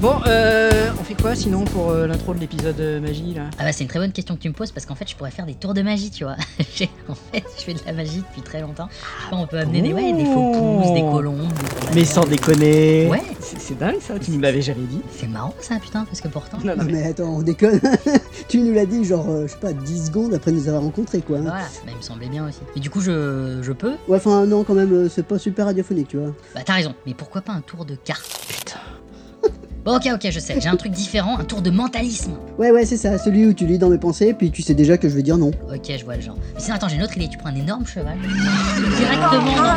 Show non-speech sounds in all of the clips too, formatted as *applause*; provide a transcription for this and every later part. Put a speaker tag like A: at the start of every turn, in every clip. A: Bon, euh, on fait quoi sinon pour euh, l'intro de l'épisode euh, magie là
B: Ah bah c'est une très bonne question que tu me poses parce qu'en fait je pourrais faire des tours de magie tu vois. *laughs* J'ai- en fait je fais de la magie depuis très longtemps. Je sais pas, on peut amener des, ouais, des faux pousses, des colombes. des-
A: Mais sans déconner
B: Ouais.
A: C'est c'est dingue ça, tu nous l'avais jamais dit
B: C'est marrant ça putain parce que pourtant...
A: Non, non,
C: Non
A: mais-
C: mais attends, on déconne. *laughs* tu nous l'as dit genre, euh, je sais pas, 10 secondes après nous avoir rencontrés quoi. hein.
B: Voilà, bah, il me semblait bien aussi. Mais du coup je, je peux
C: Ouais, enfin non quand même, euh, c'est pas super radiophonique tu vois.
B: Bah t'as raison, mais pourquoi pas un tour de cartes
A: Putain.
B: Bon ok ok je sais, j'ai un truc différent, un tour de mentalisme.
C: Ouais ouais c'est ça, celui où tu lis dans mes pensées puis tu sais déjà que je vais dire non.
B: Ok je vois le genre. Mais sinon attends j'ai une autre idée, tu prends un énorme cheval. Directement dans-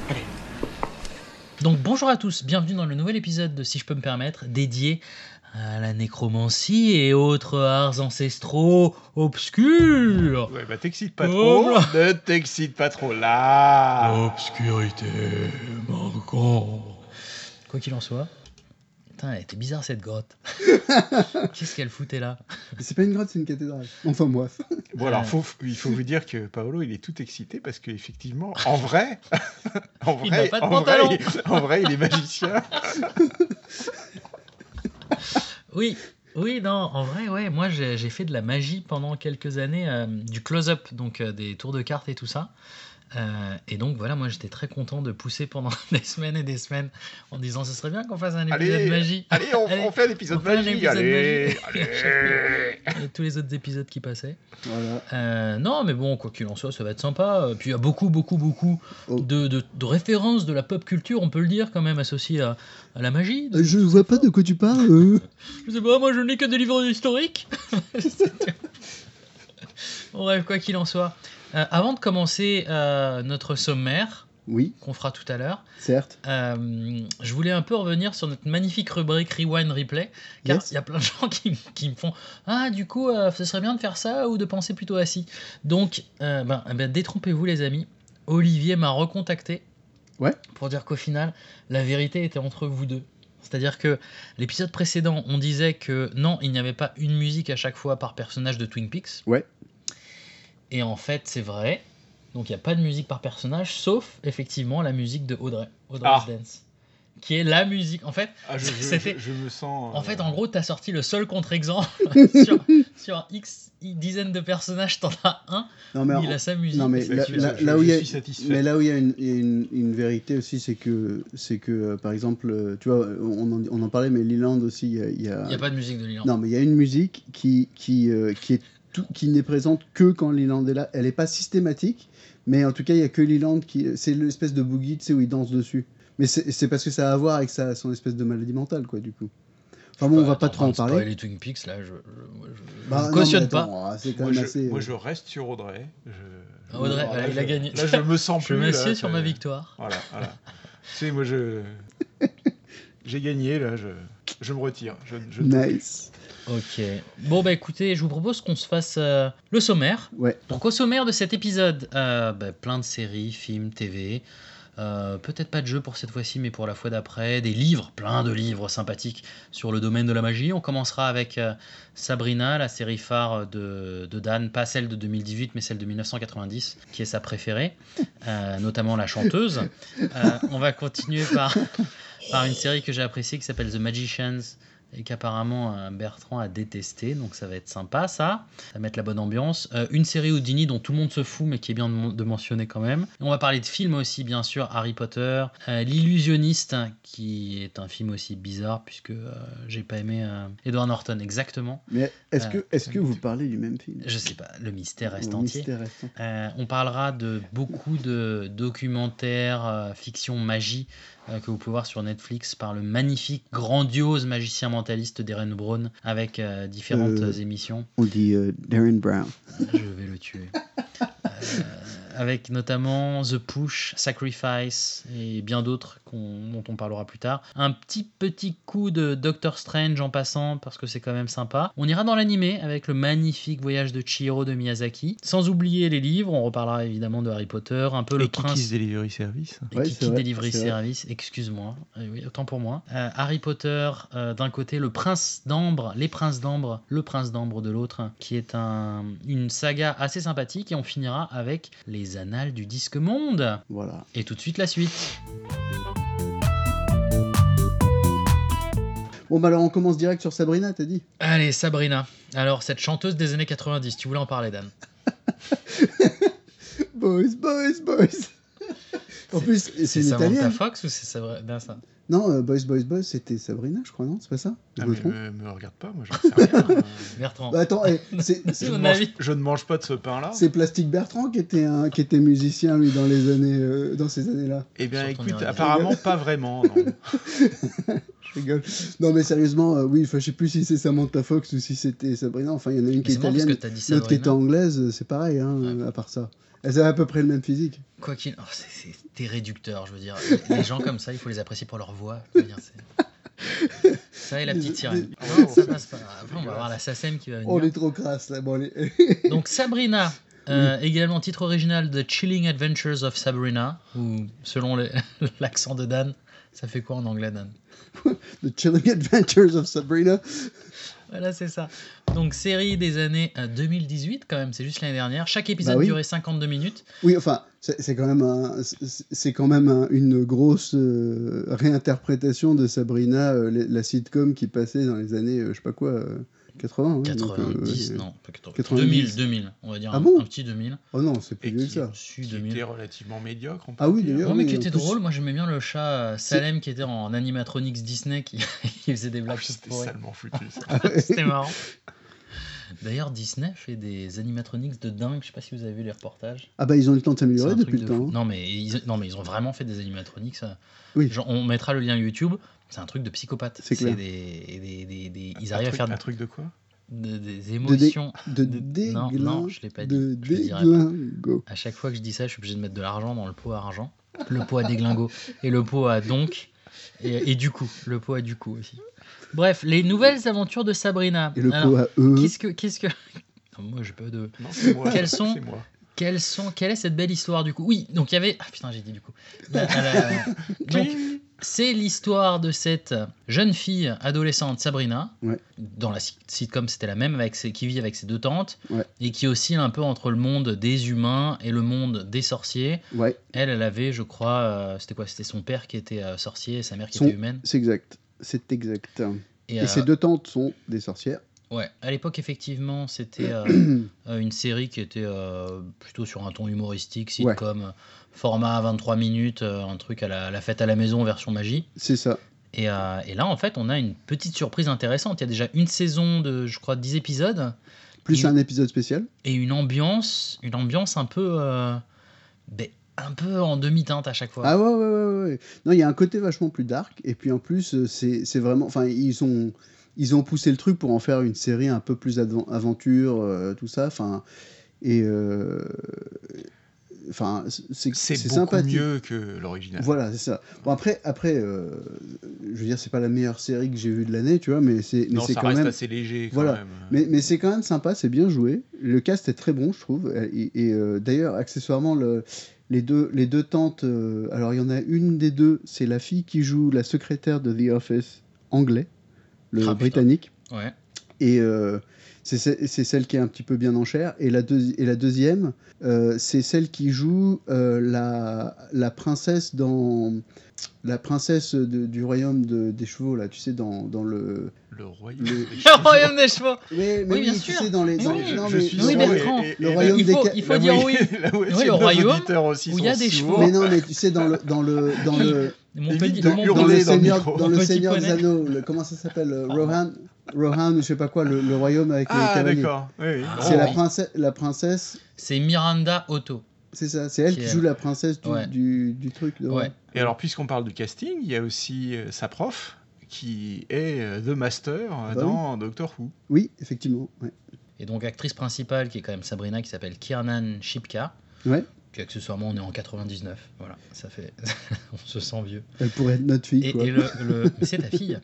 D: Donc bonjour à tous, bienvenue dans le nouvel épisode de Si je peux me permettre, dédié à la nécromancie et autres arts ancestraux obscurs.
E: Ouais bah t'excites pas
D: Oh
E: trop,
D: là.
E: ne t'excite pas trop là.
D: Obscurité, Margot. Quoi qu'il en soit, putain, elle était bizarre cette
E: *laughs*
D: grotte. Qu'est-ce qu'elle foutait là
F: C'est pas une grotte, c'est une cathédrale. Enfin moi.
E: Bon alors faut, il faut vous dire que Paolo il est tout excité parce qu'effectivement en vrai, en
D: Il
E: vrai,
D: n'a pas de
E: en, vrai
D: pantalon.
E: il, en vrai il est magicien.
D: Oui, oui, non, en vrai, ouais, moi j'ai j'ai fait de la magie pendant quelques années, euh, du close-up, donc euh, des tours de cartes et tout ça. Euh, et donc voilà, moi j'étais très content de pousser pendant *laughs* des semaines et des semaines en disant ce serait bien qu'on fasse un épisode
E: Allez,
D: de magie.
E: Allez on,
D: Allez,
E: on fait un épisode
D: on fait un
E: magique,
D: épisode
E: allez,
D: magique. *laughs*
E: allez.
D: Et tous les autres épisodes qui passaient.
F: Voilà.
D: Euh, non, mais bon, quoi qu'il en soit, ça va être sympa. Euh, Puis il y a beaucoup, beaucoup, beaucoup
F: Oh.
D: de, de- de références de la pop culture, on peut le dire quand même, associées à, à la magie.
F: Euh, Je vois pas de quoi tu parles. euh.
D: Je sais pas, moi je n'ai que des livres *laughs* historiques. bon, bref, quoi qu'il en soit. Euh, avant de commencer euh, notre sommaire,
F: Oui,
D: qu'on fera tout à l'heure,
F: certes.
D: euh, je voulais un peu revenir sur notre magnifique rubrique Rewind Replay, car il
F: Yes.
D: y a plein de gens qui, qui me font Ah, du coup, euh, ce serait bien de faire ça ou de penser plutôt assis. Donc, euh, ben, eh ben, détrompez-vous, les amis. Olivier m'a recontacté
F: Ouais.
D: pour dire qu'au final, la vérité était entre vous deux. C'est-à-dire que l'épisode précédent, on disait que non, il n'y avait pas une musique à chaque fois par personnage de Twin Peaks.
F: Ouais.
D: Et en fait, c'est vrai. Donc il n'y a pas de musique par personnage, sauf effectivement la musique de Audrey, Audrey's
E: Ah.
D: Dance, qui est la musique. En fait,
E: Ah, je, je-
D: C'était-
E: je- je me sens.
D: en
E: euh,
D: fait, en gros, t'as sorti le seul
F: *laughs*
D: contre-exemple *laughs* sur, sur X dizaines de personnages, t'en as un,
F: Non mais,
D: où il a sa musique.
F: non, mais
D: C'est
F: là-
D: celui-là.
F: là-
E: je-
F: là
E: je
F: où il y a-
E: suis satisfait.
F: mais là où il y a une, il y a une- une vérité aussi, c'est que, c'est que euh, par exemple, euh, tu vois, on en, on en parlait, mais Liland aussi, il y a- il y a,
D: Il n'y a pas de musique de Lilan.
F: Non, mais il y a une musique qui, qui, euh, qui, est tout- qui n'est présente que quand Leland est là. Elle n'est pas systématique, mais en tout cas, il n'y a que Leland qui. C'est l'espèce de boogie, tu sais, où il danse dessus. Mais c'est c'est parce que ça a à voir avec sa, son espèce de maladie mentale, quoi, du coup. Enfin
D: Bah,
F: bon, on va pas trop en parler.
D: Les Twin Peaks, là, je, je, moi, je- je
F: Bah, non,
D: cautionne
F: mais
D: pas.
F: attends, ah, C'est quand
E: Moi
F: même
E: je,
F: assez.
E: moi, je reste sur Audrey. Je- je-
D: Audrey,
E: Là,
D: voilà, il
E: je-
D: a gagné. *laughs*
E: Là, je me sens
D: Je
E: plus. là,
D: m'assieds sur
E: c'est-
D: ma victoire.
E: Voilà, voilà. tu sais, moi, je. J'ai gagné, là, je, je me retire. Je, je-
F: Nice.
D: Ok. Bon, bah écoutez, je vous propose qu'on se fasse euh, le sommaire.
F: Ouais.
D: Donc, au sommaire de cet épisode, euh, bah, plein de séries, films, TV. euh, Peut-être pas de jeux pour cette fois-ci, mais pour la fois d'après. Des livres, plein de livres sympathiques sur le domaine de la magie. On commencera avec euh, Sabrina, la série phare de, de Dan, pas celle de 2018, mais celle de 1990, qui est sa préférée, euh, notamment la chanteuse. Euh, on va continuer par, *laughs* par une série que j'ai appréciée qui s'appelle The Magicians et qu'apparemment euh, Bertrand a détesté, donc ça va être sympa ça, ça va mettre la bonne ambiance. Euh, une série Houdini dont tout le monde se fout mais qui est bien de, mon- de mentionner quand même. Et on va parler de films aussi bien sûr, Harry Potter, euh, L'illusionniste hein, qui est un film aussi bizarre puisque euh, j'ai pas aimé euh, Edward Norton exactement.
F: Mais est-ce que,
D: Euh,
F: est que vous parlez du même film
B: Je sais pas, le mystère reste
F: Ou
B: entier.
F: Mystère restant.
B: Euh, on parlera de beaucoup de documentaires, euh, fiction, magie euh, que vous pouvez voir sur Netflix par le magnifique, grandiose magicien mentaliste d'Eren Braun avec euh, différentes
F: Euh.
B: émissions.
F: On dit euh, Darren Brown.
B: Je vais le tuer. Euh,
D: avec notamment The Push, Sacrifice et bien d'autres qu'on- dont on parlera plus tard. Un petit petit coup de Doctor Strange en passant parce que c'est quand même sympa. On ira dans l'animé avec le magnifique voyage de Chihiro de Miyazaki. Sans oublier les livres, on reparlera évidemment de Harry Potter, un peu le
F: Et
D: prince
F: Kiki's Delivery Service.
D: et
G: Ouais, c'est
D: Kiki
G: vrai,
D: Delivery
G: c'est vrai.
D: Service, excuse-moi, Euh, oui, autant pour moi. Euh, Harry Potter euh, d'un côté, le prince d'ambre, les princes d'ambre, le prince d'ambre de l'autre, qui est un, une saga assez sympathique, et on finira avec les annales du disque monde.
G: Voilà.
D: Et tout de suite la suite.
G: Bon, bah alors on commence direct sur Sabrina, t'as dit
D: Allez, Sabrina. Alors, cette chanteuse des années 90, tu voulais en parler, Dan
G: Boys, boys,
D: *laughs*
G: boys En
D: C'est-
G: plus, c'est
D: C'est
G: une
D: Samantha
G: italienne.
D: Fox ou c'est Sabrina ça
G: Non, euh, Boys, Boys, Boys, c'était Sabrina, je crois, non C'est pas ça Je
F: Ah,
G: me
F: mais
G: trompe
F: me, me regarde pas, moi j'en sais rien. Euh,
D: Bertrand.
G: Bah, Attends,
D: *laughs*
G: eh, c'est
F: je,
G: c'est-
D: Mon
F: ne mange,
D: avis.
F: je ne mange pas de ce pain-là.
G: c'est Plastic Bertrand qui était, un, qui était musicien, lui, dans, les années, euh, dans ces années-là.
F: Eh bien,
D: Sur ton
F: écoute,
D: ira-
F: apparemment pas vraiment. non.
G: Je rigole. Non, mais sérieusement, euh, oui, enfin, je sais plus si c'est Samantha Fox ou si c'était Sabrina. Enfin, il y en a une
D: Mais
G: qui est
D: c'est marrant parce que
G: italienne,
D: t'as dit
G: l'autre qui
D: Sabrina.
G: était anglaise, euh, c'est pareil, hein,
D: Ouais.
G: à part ça. Elles avaient à peu près le même physique.
D: Quoi qu'il. oh, c'est- c'est- T'es réducteur, je veux dire. Les, les gens comme ça, il faut les apprécier pour leur voix. je veux dire, c'est- ça et la petite sirène.
F: Wow.
G: Oh.
D: Ça passe pas. Après, on va avoir la SACEM qui va venir.
G: On est trop crasse, là. Bon, allez. *laughs*
D: Donc Sabrina, euh, également titre original The Chilling Adventures of Sabrina, ou selon les- *laughs* l'accent de Dan, ça fait quoi en anglais, Dan
G: The Chilling Adventures of Sabrina.
D: Voilà, c'est ça. Donc série des années euh, 2018, quand même, c'est juste l'année dernière. Chaque épisode
G: Bah oui.
D: durait 52 minutes.
G: Oui, enfin, c'est c'est quand même, un- c'est- c'est quand même un- une grosse euh, réinterprétation de Sabrina, euh, la, la sitcom qui passait dans les années, euh, je sais pas quoi, euh, 80. ouais, donc, euh,
D: 90,
G: ouais.
D: non, pas 90,
G: 90.
D: 2000, 2000, on va dire
G: Ah
D: un,
G: bon
D: un petit 2000.
G: Oh non, c'est plus
F: Et
G: vieux que
F: qui-
G: ça.
D: Su
F: Qui
D: 2000.
F: était relativement médiocre. on peut
G: Ah oui,
F: dire.
G: d'ailleurs.
D: Non mais
G: oui,
D: qui
G: en
D: était
G: plus-
D: drôle, moi j'aimais bien le chat euh, Salem qui était en animatronics Disney qui, *laughs* qui faisait des
F: Ah,
D: blagues toutes
F: C'était
D: pourries.
F: salement foutu. ça.
G: Ah
D: C'était marrant. D'ailleurs Disney fait des animatronics de dingue, je sais pas si vous avez vu les reportages.
G: Ah bah, ils ont eu le temps de
D: C'est
G: s'améliorer
D: un
G: depuis
D: truc
G: le
D: de fou.
G: temps. hein.
D: Non mais ils, non mais ils ont vraiment fait des animatronics. ça.
G: Oui.
D: Genre, on mettra le lien YouTube, c'est un truc de psychopathe.
G: C'est clair.
D: des- et des- des- des- ils
F: Un
D: arrivent
F: truc-
D: à
F: Un
D: faire
F: truc de quoi
D: de- des émotions
G: De
D: de- non,
G: déglingo.
D: non, je l'ai pas dit.
G: De
D: Je le dirai pas.
G: déglingo.
D: À chaque fois que je dis ça, je suis obligé de mettre de l'argent dans le pot à argent, le pot à déglingo et le pot à donc et, et du coup, le pot à du coup aussi. Bref, les nouvelles aventures de Sabrina. Ah
G: Et le
D: Alors,
G: pot à E, eux.
D: Qu'est-ce que, qu'est-ce que *laughs* Non, Moi, j'ai pas de.
F: Non, c'est moi.
D: Quels sont-
F: c'est moi.
D: Quelles sont, quelle est cette belle histoire du coup Oui, donc il y avait. Ah putain, j'ai dit du coup. La-
F: *laughs*
D: la- donc, c'est l'histoire de cette jeune fille adolescente Sabrina.
G: Ouais.
D: Dans la sit- sitcom, c'était la même, avec ses- qui vit avec ses deux tantes
G: Ouais.
D: et qui oscille un peu entre le monde des humains et le monde des sorciers.
G: Ouais,
D: Elle, elle avait, je crois, euh, c'était quoi C'était son père qui était euh, sorcier et sa mère qui
G: Son-
D: était humaine.
G: c'est exact. C'est exact.
D: Et,
G: Et
D: euh,
G: ces deux tantes sont des sorcières.
D: Ouais, à l'époque, effectivement,
G: *clears throat*
D: c'était euh, euh, une série qui était euh, plutôt sur un ton humoristique,
G: Ouais.
D: sitcom, euh, format 23 minutes, euh, un truc à la, la fête à la maison, version magie.
G: C'est ça.
D: Et, euh, et là, en fait, on a une petite surprise intéressante. Il y a déjà une saison de, je crois, 10 épisodes
G: Plus
D: Et-
G: un épisode spécial.
D: et une ambiance, une ambiance un peu, euh, ben, un peu en demi-teinte à chaque fois.
G: Ah ouais, ouais, ouais, ouais, ouais. Non, il y a un côté vachement plus dark. Et puis en plus, euh, c'est c'est vraiment. Enfin, ils ont, ils ont poussé le truc pour en faire une série un peu plus adven- aventure, euh, tout ça. Enfin, et. euh, Enfin, c'est c'est
F: C'est beaucoup
G: sympathique.
F: mieux que l'original.
G: Voilà, c'est ça. Bon, après, après euh, je veux dire, c'est pas la meilleure série que j'ai vue de l'année, tu vois, mais c'est mais
F: Non,
G: c'est
F: ça
G: quand
F: reste
G: même.
F: assez léger quand
G: Voilà.
F: même.
G: Mais, mais c'est quand même sympa, c'est bien joué. Le cast est très bon, je trouve. Et, et, euh, d'ailleurs, accessoirement, le- les, deux, les deux tantes. euh, alors, il y en a une des deux, c'est la fille qui joue la secrétaire de The Office anglais, le
D: Ah, putain.
G: britannique.
D: Ouais.
G: Et euh, c'est ce- c'est celle qui est un petit peu bien en chair. Et la, deuxi- et la deuxième, euh, c'est celle qui joue euh, la, la princesse dans. La princesse de- du royaume de- des chevaux, là, tu sais, dans, dans le.
F: Le royaume.
G: le-
D: *laughs*
F: des
D: Le
F: chevaux.
D: Oh, royaume des chevaux
G: Mais, mais
D: Oui,
G: *laughs*
D: bien
G: oui, tu
D: sûr.
G: sais, dans les.
D: Mais
G: dans-
D: oui,
G: non,
F: je
G: mais-
F: suis
G: non,
D: Oui,
G: mais-
D: Bertrand,
G: le royaume
D: il
G: des
D: faut,
G: ca-
D: il faut dire oui.
G: *laughs*
D: Oui, le
F: le
D: royaume
F: royaume aussi
D: où il y a
F: sont
D: des
F: sourds.
D: chevaux.
G: Mais non, mais tu sais, dans le, dans le, dans le,
D: Mon
F: Évite
D: petit-
F: de
D: mon-
G: dans
F: hurler dans
G: le
F: le
G: Seigneur,
F: micro.
G: dans le
D: Petit
G: Seigneur des
D: poney.
G: Anneaux, le- comment ça s'appelle euh, Rohan, Rohan, ou je sais pas quoi, le, le royaume avec les
F: Ah,
G: cavaliers.
F: d'accord. Oui, oui.
G: C'est la
D: Oh.
G: princesse, la princesse,
D: C'est Miranda Otto.
G: c'est ça, c'est elle
D: Qui
G: qui
D: est-
G: joue la princesse du,
D: Ouais.
G: du, du truc. de-
D: Ouais.
F: Et alors, puisqu'on parle du casting, il y a aussi euh, sa prof qui est euh, The Master euh,
G: Bah oui.
F: dans Doctor Who.
G: Oui, effectivement. ouais.
D: Et donc actrice principale qui est quand même Sabrina qui s'appelle Kiernan Shipka.
G: Ouais.
D: Puis accessoirement, on est en 99. Voilà, ça fait. *laughs* on se sent vieux.
G: Elle pourrait être notre fille,
D: Et,
G: quoi.
D: et le,
G: *laughs*
D: le- c'est ta fille.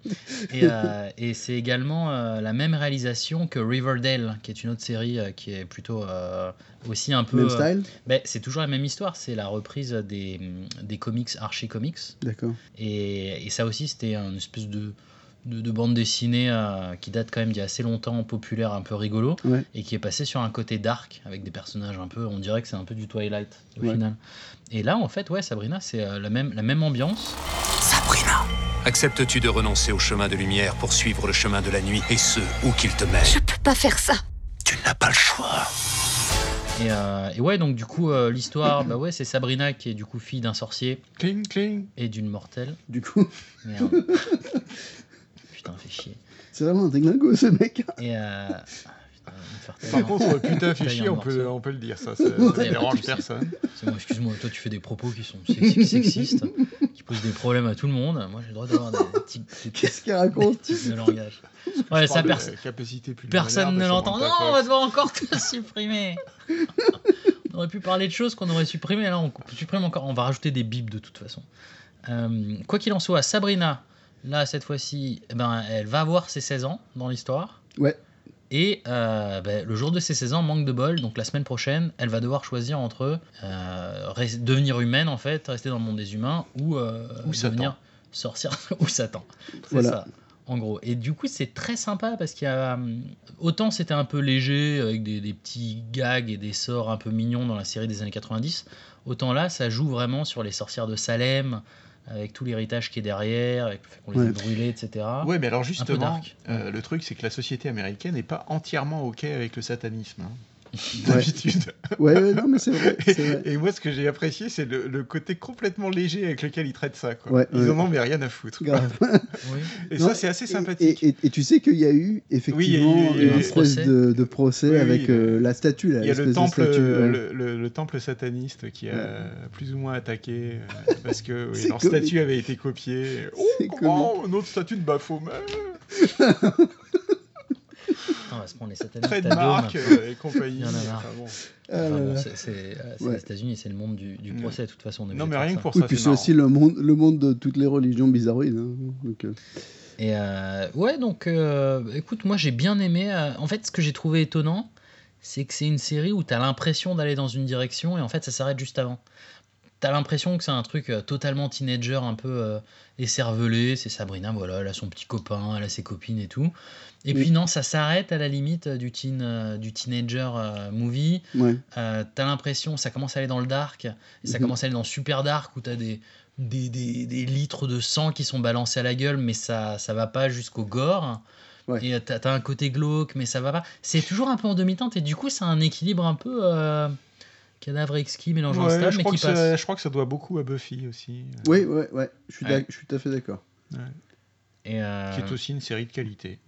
D: Et, euh, et c'est également euh, la même réalisation que Riverdale, qui est une autre série euh, qui est plutôt euh, aussi un peu.
G: Même
D: euh,
G: style
D: ben, c'est toujours la même histoire. C'est la reprise des, des comics Archie Comics.
G: D'accord.
D: Et, et ça aussi, c'était une espèce de, de, de bande dessinée euh, qui date quand même d'il y a assez longtemps, populaire, un peu rigolo,
G: Ouais.
D: et qui est passée sur un côté dark, avec des personnages un peu, on dirait que c'est un peu du Twilight au
G: Ouais.
D: final. Et là, en fait, ouais, Sabrina, c'est euh, la, même, la même ambiance.
H: Sabrina,
I: Acceptes-tu de renoncer au chemin de lumière pour suivre le chemin de la nuit, et ce, où qu'il te mène
H: je peux pas faire ça.
I: Tu n'as pas le choix.
D: Et, euh, et ouais, donc du coup, euh, l'histoire, bah ouais, c'est Sabrina qui est du coup fille d'un sorcier
F: Cling, cling.
D: et d'une mortelle.
G: Du coup,
D: Merde.
G: *laughs*
D: Putain, fait chier.
G: c'est vraiment un déglingo, ce mec.
D: Et. euh, ah, putain, il va me faire
F: Par
D: taire, hein.
F: contre, putain, fait
D: Putain, il y
F: chier,
D: a un
F: on peut,
D: morceau.
F: on peut le dire, ça. Ça, ça
D: Ouais,
F: dérange
D: tu sais.
F: personne.
D: C'est bon, excuse-moi, toi tu fais des propos qui sont sexi- sexistes, qui posent des problèmes à tout le monde. Moi j'ai le droit d'avoir des types, des types-
G: Qu'est-ce qu'il
D: des
G: raconte
D: types de langage. Ouais,
F: Je parle
D: ça
F: de
E: Euh,
D: personne.
F: la capacité plus
D: Personne ne l'entend. Non, on va devoir encore te *laughs* supprimer. on aurait pu parler de choses qu'on aurait supprimées. Là, on coupe- supprime encore. On va rajouter des bips de toute façon. Euh, quoi qu'il en soit, Sabrina, là, cette fois-ci, eh ben, elle va avoir ses 16 ans dans l'histoire.
G: Ouais.
D: Et euh, ben, le jour de ses 16 ans, manque de bol. Donc la semaine prochaine, elle va devoir choisir entre euh, res- devenir humaine, en fait, rester dans le monde des humains, ou, euh,
F: Ou Satan.
D: devenir sorcière *laughs* ou Satan. C'est
G: Voilà.
D: ça. En gros. Et du coup, c'est très sympa parce qu'il y a. hum, Autant c'était un peu léger, avec des, des petits gags et des sorts un peu mignons dans la série des années 90, autant là, ça joue vraiment sur les sorcières de Salem, avec tout l'héritage qui est derrière, avec le fait qu'on les
G: Ouais.
D: a brûlées, etc.
F: Ouais, mais alors
D: Un
F: justement,
D: peu dark.
F: euh, le truc, c'est que la société américaine n'est pas entièrement OK avec le satanisme. hein. D'habitude.
G: Ouais, ouais, non, mais c'est vrai. *laughs* c'est vrai.
F: Et, moi, ce que j'ai apprécié, c'est le, le côté complètement léger avec lequel ils traitent ça. Quoi.
G: Ouais,
F: ils
G: ouais.
F: en ont mais rien à foutre. quoi.
G: Grave.
D: Oui.
F: Et
G: Non,
F: ça, c'est assez
G: Et-
F: sympathique.
G: Et, et- et tu sais qu'il y a eu effectivement
F: il y a eu- il y a eu
G: une
F: un
G: espèce
D: procès.
G: de, de procès
F: Oui, oui,
G: avec
F: le-
G: euh, la statue, là.
F: Il y a le
G: l'espèce de
F: temple,
G: statue, ouais.
F: le, le- le temple sataniste qui a plus ou moins attaqué
G: *laughs*
F: euh, parce que oui,
G: Mm. C'est
F: leur
G: comique.
F: statue avait été copiée. Oh,
G: C'est
F: comment Une autre statue de Baphomet,
D: Putain, on va se prendre les satanistes à dos,
F: trademark
D: maintenant.
F: euh, et compagnie.
D: Il y en a marre.
F: Enfin bon.
G: Ah
D: Enfin
G: là
D: bon,
G: là.
D: c'est- c'est euh, c'est
G: Ouais.
D: les États-Unis, c'est le monde du, du
F: Ouais.
D: procès, de toute façon. on est
F: Non, mais
D: obligé de faire
F: rien
D: ça.
F: que pour
G: Oui,
F: ça,
G: puis
F: c'est
G: c'est
F: marrant.
G: aussi le monde, le monde de toutes les religions bizarroïdes. hein. Donc, euh,
D: Et euh, ouais, donc euh, écoute, moi j'ai bien aimé. euh, en fait, ce que j'ai trouvé étonnant, c'est que c'est une série où t'as l'impression d'aller dans une direction et en fait ça s'arrête juste avant. T'as l'impression que c'est un truc euh, totalement teenager, un peu euh, écervelé. C'est Sabrina, voilà, elle a son petit copain, elle a ses copines et tout. Et
G: Oui.
D: puis non, ça s'arrête à la limite euh, du, teen, euh, du teenager euh, movie.
G: ouais.
D: Euh, t'as l'impression, ça commence à aller dans le dark, et ça
G: Mhm.
D: commence à aller dans le super dark où t'as des, des, des, des litres de sang qui sont balancés à la gueule, mais ça, ça va pas jusqu'au gore.
G: Ouais.
D: Et euh, t'as, t'as un côté glauque, mais ça va pas. C'est toujours un peu en demi-teinte, et du coup, c'est un équilibre un peu euh, cadavre exquis mélangeant
F: Ouais,
D: stable,
F: je,
D: mais
F: crois
D: qui
F: que ça-
D: passe.
F: je crois que ça doit beaucoup à Buffy aussi. euh,
G: Oui, ouais, ouais. Je suis,
F: Ouais.
G: d'ac- je suis tout à fait d'accord.
D: Et, euh,
F: Qui est aussi une série de qualité.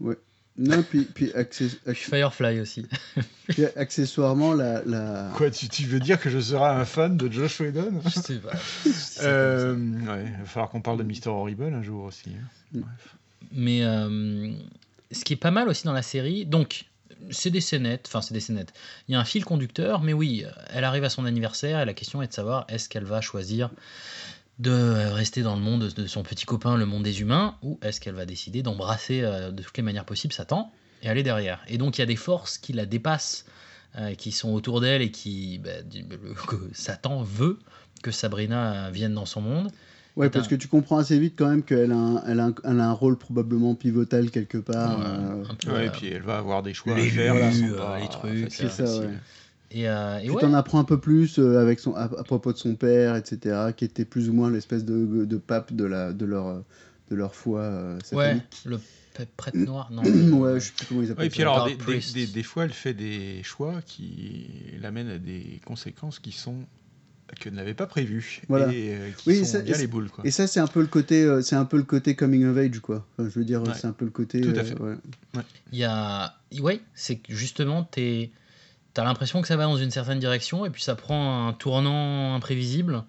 G: Non, puis, puis, accé-
D: puis Firefly aussi. *laughs*
G: puis accessoirement, la, la-
F: Quoi, tu, tu veux dire que je serai un fan de Josh Whedon
D: je sais pas.
F: *laughs*
D: C'est
F: Euh, ouais, il va falloir qu'on parle
G: Mm.
F: de Mister Horrible un jour aussi. hein.
D: Mais euh, ce qui est pas mal aussi dans la série, donc c'est des scénettes, enfin c'est des scénettes. Il y a un fil conducteur, mais oui, elle arrive à son anniversaire et la question est de savoir est-ce qu'elle va choisir de rester dans le monde de son petit copain, le monde des humains, ou est-ce qu'elle va décider d'embrasser euh, de toutes les manières possibles Satan et aller derrière. Et donc il y a des forces qui la dépassent, euh, qui sont autour d'elle et qui bah, du- le- que Satan veut que Sabrina euh, vienne dans son monde.
G: Ouais, parce que tu comprends assez vite quand même qu'elle a, un- elle a, un- elle a un rôle probablement pivotal quelque part. euh,
D: Un peu,
F: Ouais,
D: euh,
F: et puis elle va avoir des choix à
D: les
F: faire. qui
D: lus,
F: sont pas
D: euh, les trucs,
F: faciles.
G: c'est ça, ouais.
D: et, euh, et
G: tu
D: ouais.
G: t'en apprends un peu plus euh, avec son, à, à propos de son père, etc., qui était plus ou moins l'espèce de, de pape de, la, de, leur, euh, de leur foi euh,
D: Ouais,
G: satanique. Mmh.
D: le p- prêtre noir,
G: *clears throat*
D: non.
G: ouais, je sais plus comment ils appellent
F: Ouais, et puis
G: ça.
F: alors,
D: Dark
F: des, des-
D: Priest.
F: des- des fois, elle fait des choix qui l'amènent à des conséquences qui sont que n'avait pas prévues
G: Voilà.
F: et euh, qui
G: Oui, et
F: sont
G: ça-
F: bien
G: et
F: les
G: ça-
F: boules quoi.
G: Et ça, c'est un peu le côté, euh, c'est un peu le côté coming of age, quoi. Enfin, je veux dire,
F: Ouais.
G: c'est un peu le côté.
F: Tout à
G: euh,
F: fait.
G: ouais.
D: Il y a. Ouais, c'est que justement, t'es. T'as l'impression que ça va dans une certaine direction et puis ça prend un tournant imprévisible.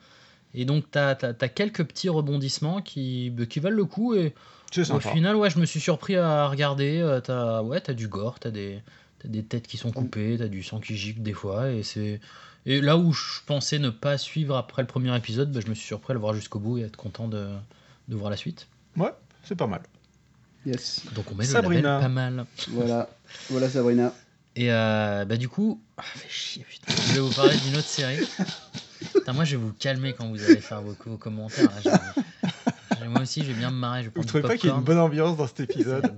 D: Et donc, t'as as, quelques petits rebondissements qui, bah, qui valent le coup. Et
F: C'est
D: au
F: sympa.
D: final, ouais, je me suis surpris à regarder. euh, T'as ouais, t'as du gore, t'as des, T'as des têtes qui
G: Oh.
D: sont coupées, t'as du sang qui gicle des fois, et c'est. Et là où je pensais ne pas suivre après le premier épisode, bah, je me suis surpris à le voir jusqu'au bout et à être content de, de voir la suite.
F: Ouais, c'est pas mal.
G: Yes.
D: Donc on met le
F: Sabrina.
D: label pas mal.
G: Voilà. Voilà Sabrina.
D: Et euh, bah du coup, ah, fais chier, putain. je vais vous parler d'une autre série. Putain, moi je vais vous calmer quand vous allez faire vos, vos commentaires. là. J'ai- j'ai- moi aussi je vais bien me marrer. Je vais
F: Vous
D: prendre du
F: trouvez pas qu'il y a
D: popcorn.
F: une bonne ambiance dans cet *laughs* épisode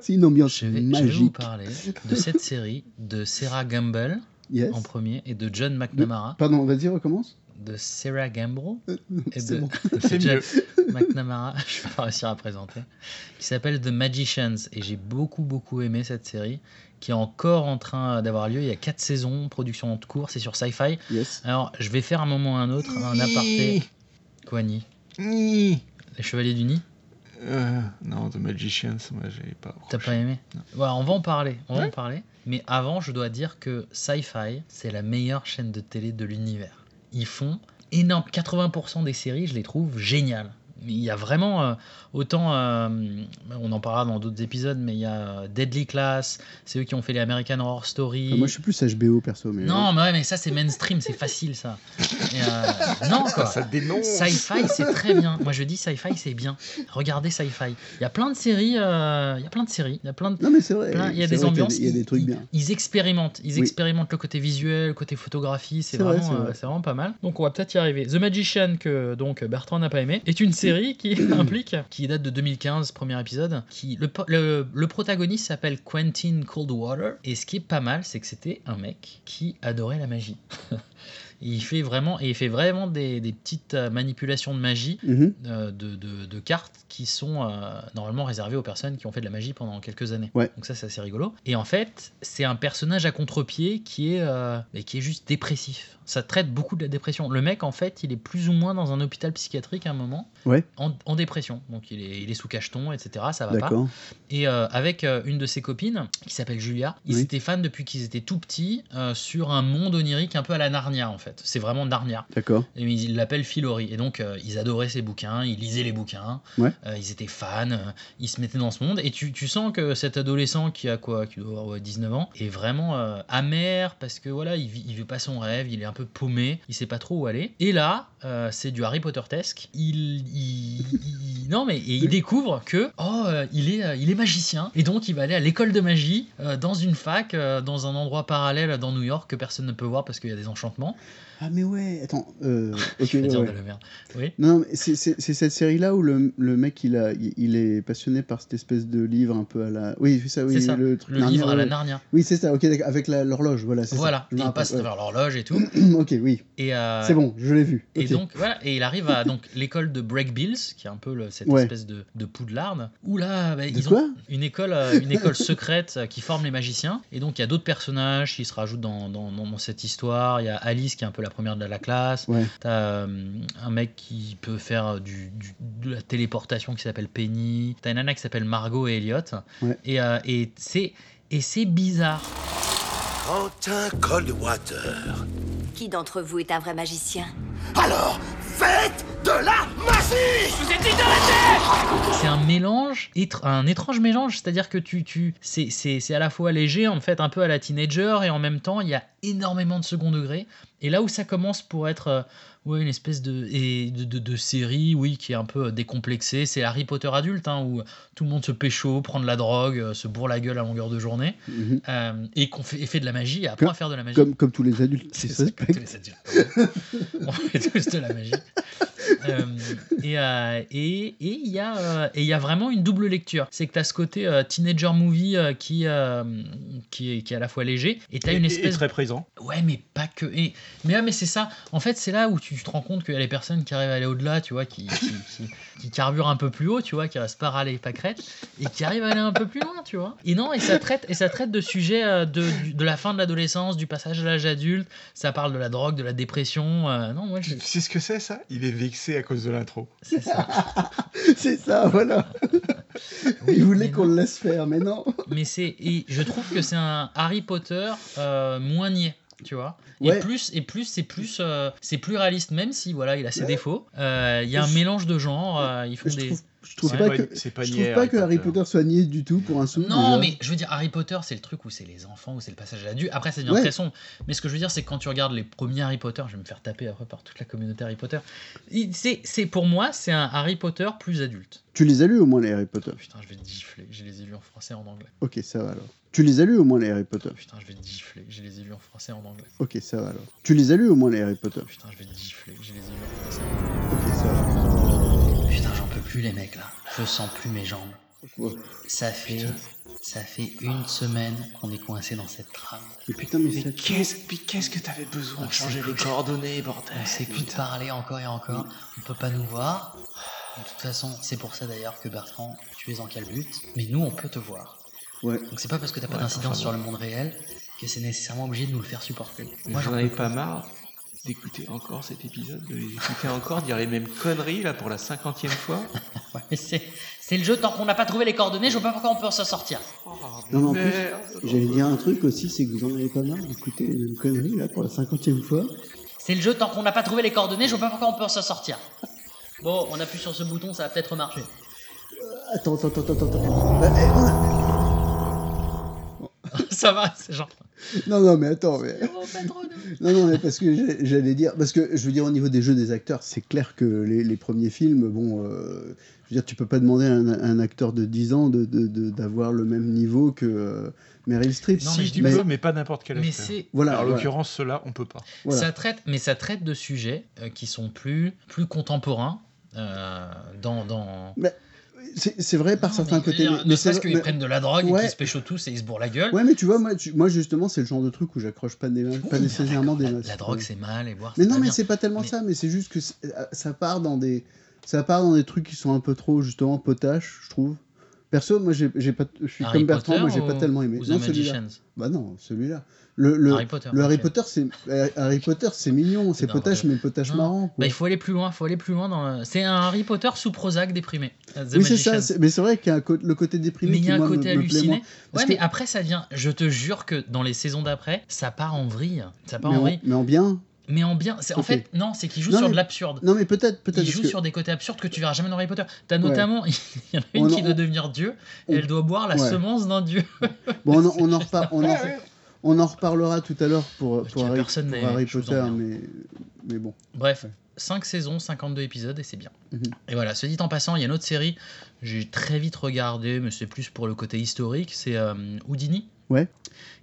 G: C'est une ambiance
D: Je vais, je vais vous
G: magique.
D: parler de cette série de Sarah Gamble
G: Yes.
D: en premier et de John McNamara,
G: Pardon, vas-y, recommence.
D: de Sarah Gamble et
G: Euh, *laughs* C'est
D: de,
G: bon.
F: C'est
D: de John
F: mieux.
D: *laughs* McNamara, je vais pas réussir à présenter, qui s'appelle The Magicians. Et j'ai beaucoup, beaucoup aimé cette série, qui est encore en train d'avoir lieu. Il y a 4 saisons, production en cours, c'est sur Sci-Fi.
G: Yes.
D: Alors, je vais faire un moment ou un autre un aparté. Quoi, Ni
F: Ni.
D: Les Chevaliers du Nid
F: Euh, non, The Magicians, moi j'ai pas.
D: T'as
F: accroché.
D: pas aimé Voilà, on va en parler. On va en parler. Mais avant, je dois dire que Sci-Fi, c'est la meilleure chaîne de télé de l'univers. Ils font énorme. 80% des séries, je les trouve géniales. Il y a vraiment euh, autant. euh, on en parlera dans d'autres épisodes, mais il y a euh, Deadly Class, c'est eux qui ont fait les American Horror Story.
G: Ah, moi, je suis plus HBO perso, mais.
D: Non, mais, ouais, mais ça, c'est mainstream, c'est facile ça. Et,
G: *laughs*
D: euh, non, quoi.
F: Ah, Ça dénonce.
D: Sci-fi, c'est très bien. Moi, je dis sci-fi, c'est bien. Regardez sci-fi. Il y a plein de séries. euh, Il y a plein de séries. Il y a plein de.
G: euh, Non, mais c'est vrai.
D: plein- il y a
G: c'est
D: des
G: vrai qu'il
D: ambiances.
G: Il y a des trucs
D: ils-
G: bien.
D: Ils expérimentent. Ils
G: Oui.
D: expérimentent le côté visuel, le côté photographie. C'est
G: C'est vrai,
D: vraiment,
G: c'est
D: euh,
G: vrai.
D: c'est vraiment pas mal. Donc, on va peut-être y arriver. The Magician, que donc Bertrand n'a pas aimé, est une
G: *coughs*
D: série qui implique, qui date de 2015, premier épisode. Qui le, po- le, le protagoniste s'appelle Quentin Coldwater. Et ce qui est pas mal, c'est que c'était un mec qui adorait la magie. *laughs* Il fait vraiment, et il fait vraiment des, des petites euh, manipulations de magie
G: Mhm.
D: euh, de, de- de cartes qui sont euh, normalement réservées aux personnes qui ont fait de la magie pendant quelques années.
G: Ouais.
D: Donc ça, c'est assez rigolo. Et en fait, c'est un personnage à contre-pied qui est euh, mais qui est juste dépressif. Ça traite beaucoup de la dépression. Le mec, en fait, il est plus ou moins dans un hôpital psychiatrique à un moment,
G: Ouais.
D: en, en dépression. Donc il est, il est sous cacheton, etc. Ça va pas.
G: D'accord.
D: Et euh, avec euh, une de ses copines, qui s'appelle Julia, ils
G: Oui.
D: étaient fans depuis qu'ils étaient tout petits euh, sur un monde onirique un peu à la Narnia en fait. C'est vraiment Narnia.
G: D'accord.
D: Et ils l'appellent Filori. Et donc, euh, ils adoraient ses bouquins, ils lisaient les bouquins,
G: Ouais.
D: euh, ils étaient fans, euh, ils se mettaient dans ce monde. Et tu, tu sens que cet adolescent qui a quoi, qui doit avoir ouais, 19 ans, est vraiment euh, amer parce que voilà, il vit, il vit pas son rêve, il est un peu paumé, il sait pas trop où aller. Et là, euh, c'est du Harry Potter-tesque. Il, il- il- non
G: *laughs*
D: mais et il découvre que oh, euh, il est, euh, il est magicien. Et donc, il va aller à l'école de magie euh, dans une fac, euh, dans un endroit parallèle dans New York que personne ne peut voir parce qu'il y a des enchantements.
G: Ah, mais ouais, attends.
D: *laughs*
G: Euh, ok,
D: Je vais
G: ouais,
D: dire
G: ouais.
D: de la merde.
G: Non, mais c'est c'est- c'est cette série-là où le, le mec il, a, il, il est passionné par cette espèce de livre un peu à la. Oui, c'est ça, oui,
D: C'est ça,
G: le truc.
D: Le
G: Narnia,
D: livre à la
G: ouais.
D: Narnia.
G: Oui, c'est ça, ok, d'accord, avec la- l'horloge, voilà. c'est
D: Voilà,
G: ça, je
D: Et
G: me
D: il
G: rappelle,
D: passe à
G: ouais.
D: travers l'horloge et tout.
G: *clears throat* ok, oui,
D: Et, euh,
G: *laughs* c'est bon, je l'ai vu.
D: Et
G: ok.
D: donc, voilà, et il arrive à donc, l'école de Break Bills, qui est un peu le- cette
G: Ouais.
D: espèce de, de poudlarde, où là, bah,
G: De
D: ils
G: quoi
D: ont une école, euh, une école secrète euh, qui forme les magiciens. Et donc, il y a d'autres personnages qui se rajoutent dans, dans- dans- dans cette histoire. Il y a Alice, qui est un peu la première de la classe.
G: Ouais.
D: T'as euh, un mec qui peut faire euh, du, du- de la téléportation qui s'appelle Penny. T'as une nana qui s'appelle Margot et Elliot.
G: Ouais.
D: Et, euh, et c'est- et c'est bizarre.
J: Quentin Coldwater.
B: Qui d'entre vous est un vrai magicien
J: Alors, faites de la magie
D: C'est un mélange, étr- un étrange mélange, c'est-à-dire que tu, tu, c'est- c'est c'est à la fois léger, en fait, un peu à la teenager, et en même temps, il y a énormément de second degré. Et là où ça commence pour être euh, ouais, une espèce de, et de, de- de série, oui, qui est un peu euh, décomplexée, c'est Harry Potter adulte, hein, où tout le monde se pécho, prend de la drogue, euh, se bourre la gueule à longueur de journée,
G: Mhm.
D: euh, et qu'on fait, et fait de la magie, et apprend à faire de la magie.
G: Comme, comme tous les adultes,
D: C'est
G: c'est
D: ça, comme
G: suspect.
D: tous les adultes.
F: *laughs*
D: On fait tous de la magie. Euh, et euh, et- et il y, a, euh, et il y a vraiment une double lecture. C'est que tu as ce côté euh, teenager movie euh, qui, euh, qui, est, qui est à la fois léger et tu as
F: Et-
D: une
F: et
D: espèce.
F: très présent.
D: Ouais, mais pas que. Et... Mais, ah, mais c'est ça. En fait, c'est là où tu te rends compte qu'il y a les personnes qui arrivent à aller au-delà, tu vois, qui, qui, qui, qui carburent un peu plus haut, tu vois, qui restent pas râler pas crête, et qui arrivent à aller un peu plus loin, tu vois. Et non, et ça traite, et ça traite de sujets euh, de, du- de la fin de l'adolescence, du passage à l'âge adulte. Ça parle de la drogue, de la dépression. euh, non, moi, je-
F: Tu tu sais ce que c'est ça Il est vexé à cause de l'intro.
D: c'est ça.
G: *laughs* c'est ça, voilà.
D: Oui,
G: Il voulait
D: mais
G: qu'on
D: non.
G: le laisse faire, mais non.
D: Mais c'est, et je trouve que c'est un Harry Potter euh, moins niais. Tu vois, et
G: Ouais.
D: plus et plus c'est plus euh, c'est plus réaliste même si voilà il a ses
G: Ouais.
D: défauts. Euh, Il y a un
G: Je-
D: mélange de genres. euh, ils font
G: Je
D: des
G: trouve Je trouve
F: C'est
G: pas
F: pas-
G: que,
F: c'est pas
G: je
F: nier
G: trouve pas
F: Harry
G: que Harry
F: Potter.
G: Potter soit nié du tout pour un sou. déjà.
D: Non, mais je veux dire, Harry Potter, c'est le truc où c'est les enfants, où c'est le passage à l'adulte. Après, ça devient
G: Ouais.
D: très sombre. Mais ce que je veux dire, c'est que quand tu regardes les premiers Harry Potter, je vais me faire taper après par toute la communauté Harry Potter. Il- C'est, c'est- pour moi, c'est un Harry Potter plus adulte.
G: Tu les as lus au moins les Harry Potter.
D: Putain, je vais te gifler. J'ai les ai lus en français et en anglais.
G: Ok, ça va alors. Tu les as lus au moins les Harry Potter.
D: Putain, je vais te gifler. J'ai les ai lus en français et en anglais.
G: Ok, ça va alors. Tu les as lus au moins les Harry Potter.
D: Putain, je vais te gifler. J'ai les ai lus en français. et en anglais.
G: Ok, ça va.
D: Putain, j'en peux plus, les mecs, là. Je sens plus mes jambes.
G: Ouais.
D: Ça fait. Ça fait une semaine qu'on est coincé dans cette trame.
G: Mais putain, mais, ça-
F: qu'est-ce, que t'avais besoin
D: de changer les
F: coordonnées, bordel
D: On s'écoute parler encore et encore, on peut pas nous voir. De toute façon, c'est pour ça d'ailleurs que Bertrand, tu es en calbute, mais nous on peut te voir.
G: Ouais.
D: Donc c'est pas parce que t'as pas d'incidence sur le monde réel que c'est nécessairement obligé de nous le faire supporter.
F: Moi, j'en
D: peux
F: avais
D: plus.
F: pas marre d'écouter encore cet épisode, de les écouter encore, dire les mêmes conneries, là, pour la cinquantième fois.
D: *laughs* Ouais, mais c'est, c'est le jeu, tant qu'on n'a pas trouvé les coordonnées, je vois pas pourquoi on peut s'en sortir.
F: Oh,
K: Non, mais en plus,
F: merde.
K: J'allais dire un truc aussi, c'est que vous en avez pas marre d'écouter les mêmes conneries là pour la cinquantième fois.
D: C'est le jeu, tant qu'on n'a pas trouvé les coordonnées, je vois pas pourquoi on peut s'en sortir. Bon, on appuie sur ce bouton, ça va peut-être marcher.
K: Attends, attends, attends, attends,
G: Euh,
K: attends. Bah, eh, oh,
D: *laughs* ça va, c'est genre.
G: Non, non, mais attends. mais- Non, non, mais parce que j'ai- j'allais dire. Parce que je veux dire, au niveau des jeux des acteurs, c'est clair que les, les premiers films, bon. euh, je veux dire, tu peux pas demander à un, à un acteur de 10 ans de- de- de- d'avoir le même niveau que euh, Meryl Streep.
D: Non,
F: Si,
D: mais
F: je dis
G: mais-
F: peux, mais pas n'importe quel
D: Mais
F: acteur.
D: c'est,
G: Voilà,
F: Alors, en
G: voilà.
F: l'occurrence, ceux-là, on peut pas.
G: Voilà.
D: Ça traite, mais ça traite de sujets euh, qui sont plus, plus contemporains. euh, dans, dans...
G: C'est c'est vrai par
D: Non,
G: certains
D: mais
G: côtés.
D: je veux
G: mais-
D: dire,
G: mais
D: Ne
G: c'est
D: serait-ce qu'ils
G: mais-
D: prennent de la drogue, et
G: Ouais.
D: qu'ils se pécho tous et ils se bourrent la gueule.
G: Ouais, mais tu vois, moi, tu- moi justement, c'est le genre de truc où j'accroche pas, né-
D: Oui,
G: pas
D: mais
G: nécessairement des
D: la,
G: masses.
D: la drogue, c'est mal et boire.
G: Mais
D: c'est
G: non,
D: pas
G: mais
D: bien.
G: c'est pas tellement
D: Mais-
G: ça, mais c'est juste que c'est- euh, ça part dans des ça part dans des trucs qui sont un peu trop justement potaches, je trouve. Perso, moi j'ai j'ai pas je suis
D: Harry
G: comme Bertrand,
D: Potter
G: moi j'ai pas
D: ou-
G: tellement aimé.
D: ou The
G: Non, celui-là.
D: Magicians.
G: Bah non, celui-là. Le, le,
D: Harry Potter.
G: le Harry
D: ok.
G: Potter c'est euh, Harry Potter c'est mignon,
D: C'est
G: c'est
D: d'un
G: potache
D: Potter.
G: mais potache
D: Non.
G: marrant. quoi.
D: Bah, il faut aller plus loin, faut aller plus loin dans le... C'est un Harry Potter sous Prozac déprimé. euh, The
G: oui, c'est ça,
D: Magicians.
G: c'est- mais c'est vrai qu'il y a un cô- le côté déprimé
D: Mais il y
G: qui
D: a un
G: moi, me-
D: côté
G: me plaît moins.
D: halluciné. Ouais,
G: Parce
D: mais
G: que-
D: après ça vient. Je te jure que dans les saisons d'après, ça part en vrille. Ça part
G: mais,
D: en
G: en,
D: vrille.
G: mais en bien.
D: Mais en bien. c'est- En
G: Ok.
D: fait, non, c'est qu'il joue
G: Non,
D: sur
G: mais-
D: de l'absurde.
G: Non mais peut-être peut-être
D: Il
G: parce
D: joue
G: que
D: sur des côtés absurdes que tu verras jamais dans Harry Potter. T'as
G: Ouais.
D: notamment, *laughs* il y en a une
G: On
D: qui
G: en-
D: doit devenir dieu, et
G: on-
D: elle doit boire la
G: Ouais.
D: semence d'un dieu.
G: Bon,
D: *laughs*
G: on en, on en repar- on en- on en reparlera tout à l'heure pour,
D: Que
G: pour, Harry,
D: personne
G: pour
D: n'ait-
G: Harry
D: je vous
G: Potter,
D: emmerde.
G: mais, mais bon.
D: Bref, 5 saisons, 52 épisodes, et c'est bien.
G: Mhm.
D: Et voilà, ce dit en passant, il y a une autre série, j'ai très vite regardé, mais c'est plus pour le côté historique, c'est euh, Houdini.
G: Ouais.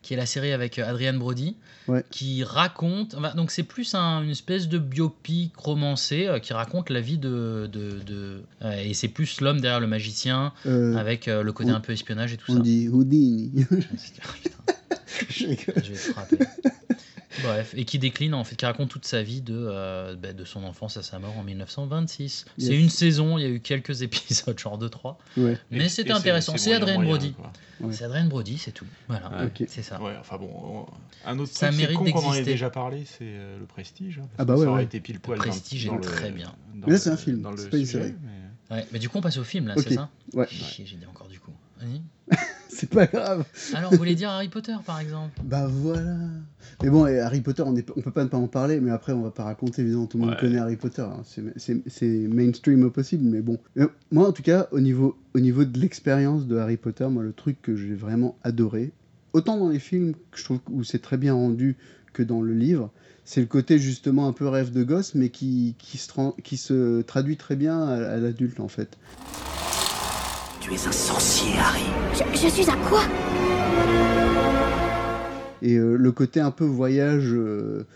D: Qui est la série avec euh, Adrian Brody,
G: Ouais.
D: qui raconte. enfin, donc, c'est plus un- une espèce de biopic romancé euh, qui raconte la vie de. de, de- euh, et c'est plus l'homme derrière le magicien,
G: Euh,
D: avec euh, le côté
G: on-
D: un peu espionnage et tout
G: on
D: *laughs* ça.
G: dit Houdini.
D: Putain.
G: Je rigole.
D: *laughs* Je vais te frapper. Bref, et qui décline, en fait, qui raconte toute sa vie de, euh, bah, de son enfance à sa mort en 1926. C'est
G: Yes.
D: une saison, il y a eu quelques *laughs* épisodes, genre 2-3.
G: Ouais.
D: Mais
F: Et-
D: c'était
F: et
D: intéressant, c'est
F: moyen,
D: Adrien
F: moyen,
D: Brody.
F: quoi.
G: Ouais.
D: C'est Adrien Brody, c'est tout. Voilà,
F: Ouais.
G: Ok.
D: c'est ça.
F: Ouais, enfin bon, on- un autre
D: Ça
F: truc, c'est
D: mérite
F: con qu'on en ait
D: d'exister.
F: déjà parlé, c'est euh, le Prestige. hein, parce
G: Ah bah
F: que
G: ouais,
F: ça aurait
G: ouais.
F: été pile poil.
D: Le
F: dans
D: Prestige est
F: dans le-
D: très bien.
F: dans
G: Mais là,
F: le-
G: c'est un film,
F: dans le
G: c'est pas une
F: sujet,
G: série.
F: mais-
D: Ouais, mais du coup, on passe au film, là,
G: Ok.
D: c'est ça
G: Ouais.
D: Chier, J'ai dit encore du coup. Vas-y.
G: C'est pas grave.
D: Alors, vous voulez dire Harry Potter, par exemple
G: Bah voilà. Mais bon, et Harry Potter, on, est, on peut pas ne pas en parler, mais après, on va pas raconter, évidemment, tout le monde
F: Ouais.
G: connaît Harry Potter. hein. C'est- C'est c'est mainstream au possible, mais bon. Euh, Moi, en tout cas, au niveau, au niveau de l'expérience de Harry Potter, moi, le truc que j'ai vraiment adoré, autant dans les films que je trouve où c'est très bien rendu que dans le livre, c'est le côté justement un peu rêve de gosse, mais qui, qui, se, tran- qui se traduit très bien à, à l'adulte, en fait.
L: Tu es un sorcier, Harry.
M: Je, je suis à quoi
G: Et euh, le côté un peu voyage, euh,